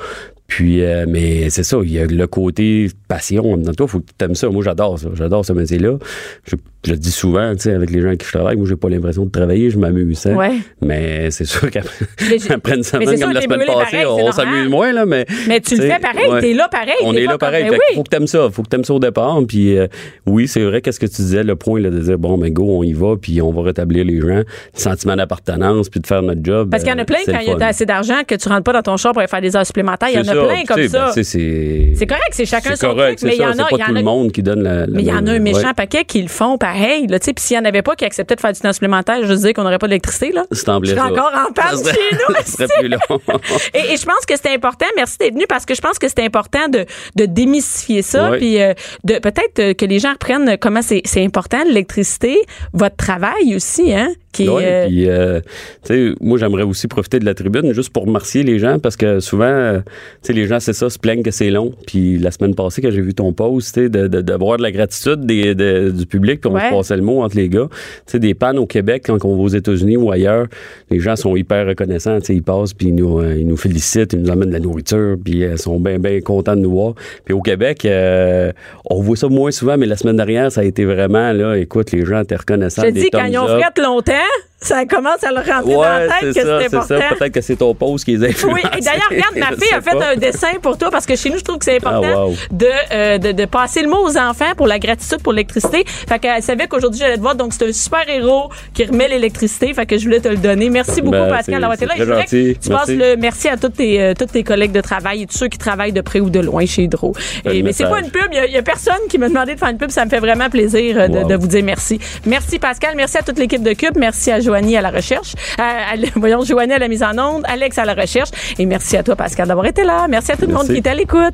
Speaker 7: Puis, euh, mais c'est ça, il y a le côté passion. Dans toi, faut que tu aimes ça. Moi, j'adore ça. J'adore ce métier-là. Je, je le dis souvent, tu sais, avec les gens avec qui je travaille, moi, j'ai pas l'impression de travailler, je m'amuse. hein.
Speaker 3: Ouais.
Speaker 7: Mais c'est sûr qu'après
Speaker 3: Mais j'ai-
Speaker 7: après une
Speaker 3: mais c'est
Speaker 7: semaine
Speaker 3: sûr,
Speaker 7: comme la
Speaker 3: t'es
Speaker 7: semaine
Speaker 3: brûlé
Speaker 7: passée,
Speaker 3: pareil, c'est
Speaker 7: on
Speaker 3: normal.
Speaker 7: s'amuse moins, là, mais...
Speaker 3: Mais tu le
Speaker 7: sais,
Speaker 3: fais pareil, t'es là pareil,
Speaker 7: On
Speaker 3: t'es
Speaker 7: est
Speaker 3: pas
Speaker 7: là
Speaker 3: comme-
Speaker 7: pareil,
Speaker 3: mais
Speaker 7: fait
Speaker 3: oui.
Speaker 7: qu'il faut que t'aimes ça, faut que t'aimes ça au départ, puis euh, oui, c'est vrai, qu'est-ce que tu disais, le point, là, de dire, bon, mais go, on y va, puis on va rétablir les gens, le sentiment d'appartenance, puis de faire notre job.
Speaker 3: Parce qu'il y en
Speaker 7: euh,
Speaker 3: a plein
Speaker 7: c'est
Speaker 3: quand
Speaker 7: le
Speaker 3: il y a
Speaker 7: fun.
Speaker 3: assez d'argent que tu rentres pas dans ton char pour aller faire des heures supplémentaires. Il y en
Speaker 7: C'est
Speaker 3: a plein comme
Speaker 7: tu sais,
Speaker 3: ça.
Speaker 7: ben, tu sais, c'est
Speaker 3: C'est correct, c'est chacun son
Speaker 7: correct,
Speaker 3: truc, mais
Speaker 7: c'est
Speaker 3: il y en
Speaker 7: ça,
Speaker 3: a- il
Speaker 7: c'est
Speaker 3: y
Speaker 7: pas
Speaker 3: en
Speaker 7: tout
Speaker 3: a-
Speaker 7: le monde qui donne la. la
Speaker 3: Mais il y en a un
Speaker 7: même-
Speaker 3: méchant
Speaker 7: ouais.
Speaker 3: paquet qui le font pareil. Là, tu sais. puis s'il n'y en avait pas qui acceptaient de faire du temps supplémentaire, je disais qu'on n'aurait pas d'électricité. là.
Speaker 7: C'est en
Speaker 3: Je
Speaker 7: blé,
Speaker 3: suis
Speaker 7: ça.
Speaker 3: encore en panne
Speaker 7: Ça serait-
Speaker 3: chez nous.
Speaker 7: ça serait plus long.
Speaker 3: et, et je pense que c'est important. Merci d'être venu parce que je pense que c'est important de, de démystifier ça.
Speaker 7: Ouais.
Speaker 3: Puis euh, de peut-être euh, que les gens reprennent comment c'est c'est important l'électricité, votre travail aussi, hein, qui est,
Speaker 7: Oui,
Speaker 3: euh,
Speaker 7: puis, euh, tu sais, moi, j'aimerais aussi profiter de la tribune juste pour remercier les gens parce que souvent, euh, tu sais, les gens, c'est ça, se plaignent que c'est long. Puis la semaine passée, quand j'ai vu ton post, tu sais, de, de, d'avoir de la gratitude des, de- du public, puis on
Speaker 3: Ouais.
Speaker 7: se passait le mot entre les gars. Tu sais, des pannes au Québec, quand on va aux États-Unis ou ailleurs, les gens sont hyper reconnaissants. Tu sais, ils passent, puis ils nous, euh, ils nous félicitent, ils nous amènent de la nourriture, puis euh, ils sont bien, bien contents de nous voir. Puis au Québec, euh, on voit ça moins souvent, mais la semaine dernière, ça a été vraiment, là, écoute, les gens étaient reconnaissants.
Speaker 3: je te
Speaker 7: des
Speaker 3: dis, quand
Speaker 7: thumbs
Speaker 3: ils ont
Speaker 7: up.
Speaker 3: fait longtemps, ça commence à leur rentrer dans la
Speaker 7: Ouais,
Speaker 3: tête
Speaker 7: c'est
Speaker 3: que
Speaker 7: ça,
Speaker 3: c'est
Speaker 7: c'est
Speaker 3: important.
Speaker 7: ça. Peut-être que c'est ton pause qui les a
Speaker 3: Oui, et d'ailleurs, regarde, ma
Speaker 7: Je
Speaker 3: fille a
Speaker 7: sais
Speaker 3: fait
Speaker 7: pas.
Speaker 3: un dessin pour toi parce que chez nous, je trouve que c'est important
Speaker 7: Ah, wow.
Speaker 3: de, euh, de, de passer le mot aux enfants pour la gratitude pour l'électricité. Fait qu'elle savait qu'aujourd'hui, j'allais te voir. Donc, c'est un super héros qui remet l'électricité. Fait que je voulais te le donner. Merci beaucoup,
Speaker 7: Ben,
Speaker 3: Pascal,
Speaker 7: c'est-
Speaker 3: d'avoir été là.
Speaker 7: c'est
Speaker 3: Et je voudrais
Speaker 7: très
Speaker 3: que
Speaker 7: gentil.
Speaker 3: tu
Speaker 7: Merci.
Speaker 3: passes le merci à tous tes, euh, tous tes collègues de travail et tous ceux qui travaillent de près ou de loin chez Hydro.
Speaker 7: Fais
Speaker 3: Et,
Speaker 7: le
Speaker 3: mais c'est pas
Speaker 7: message.
Speaker 3: une pub. Il y a- il y, a personne qui m'a demandé de faire une pub. Ça me fait vraiment plaisir euh, de,
Speaker 7: Wow.
Speaker 3: de vous dire merci. Merci, Pascal. Merci à toute l'équipe de Cube. Merci à Joanie à la recherche. Euh, À- à- voyons, Joanie à la mise en onde. Alex à la recherche. Et merci à toi, Pascal, d'avoir été là. Merci à tout le monde
Speaker 7: Merci.
Speaker 3: qui est à l'écoute.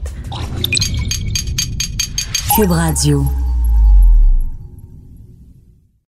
Speaker 8: Cube Radio.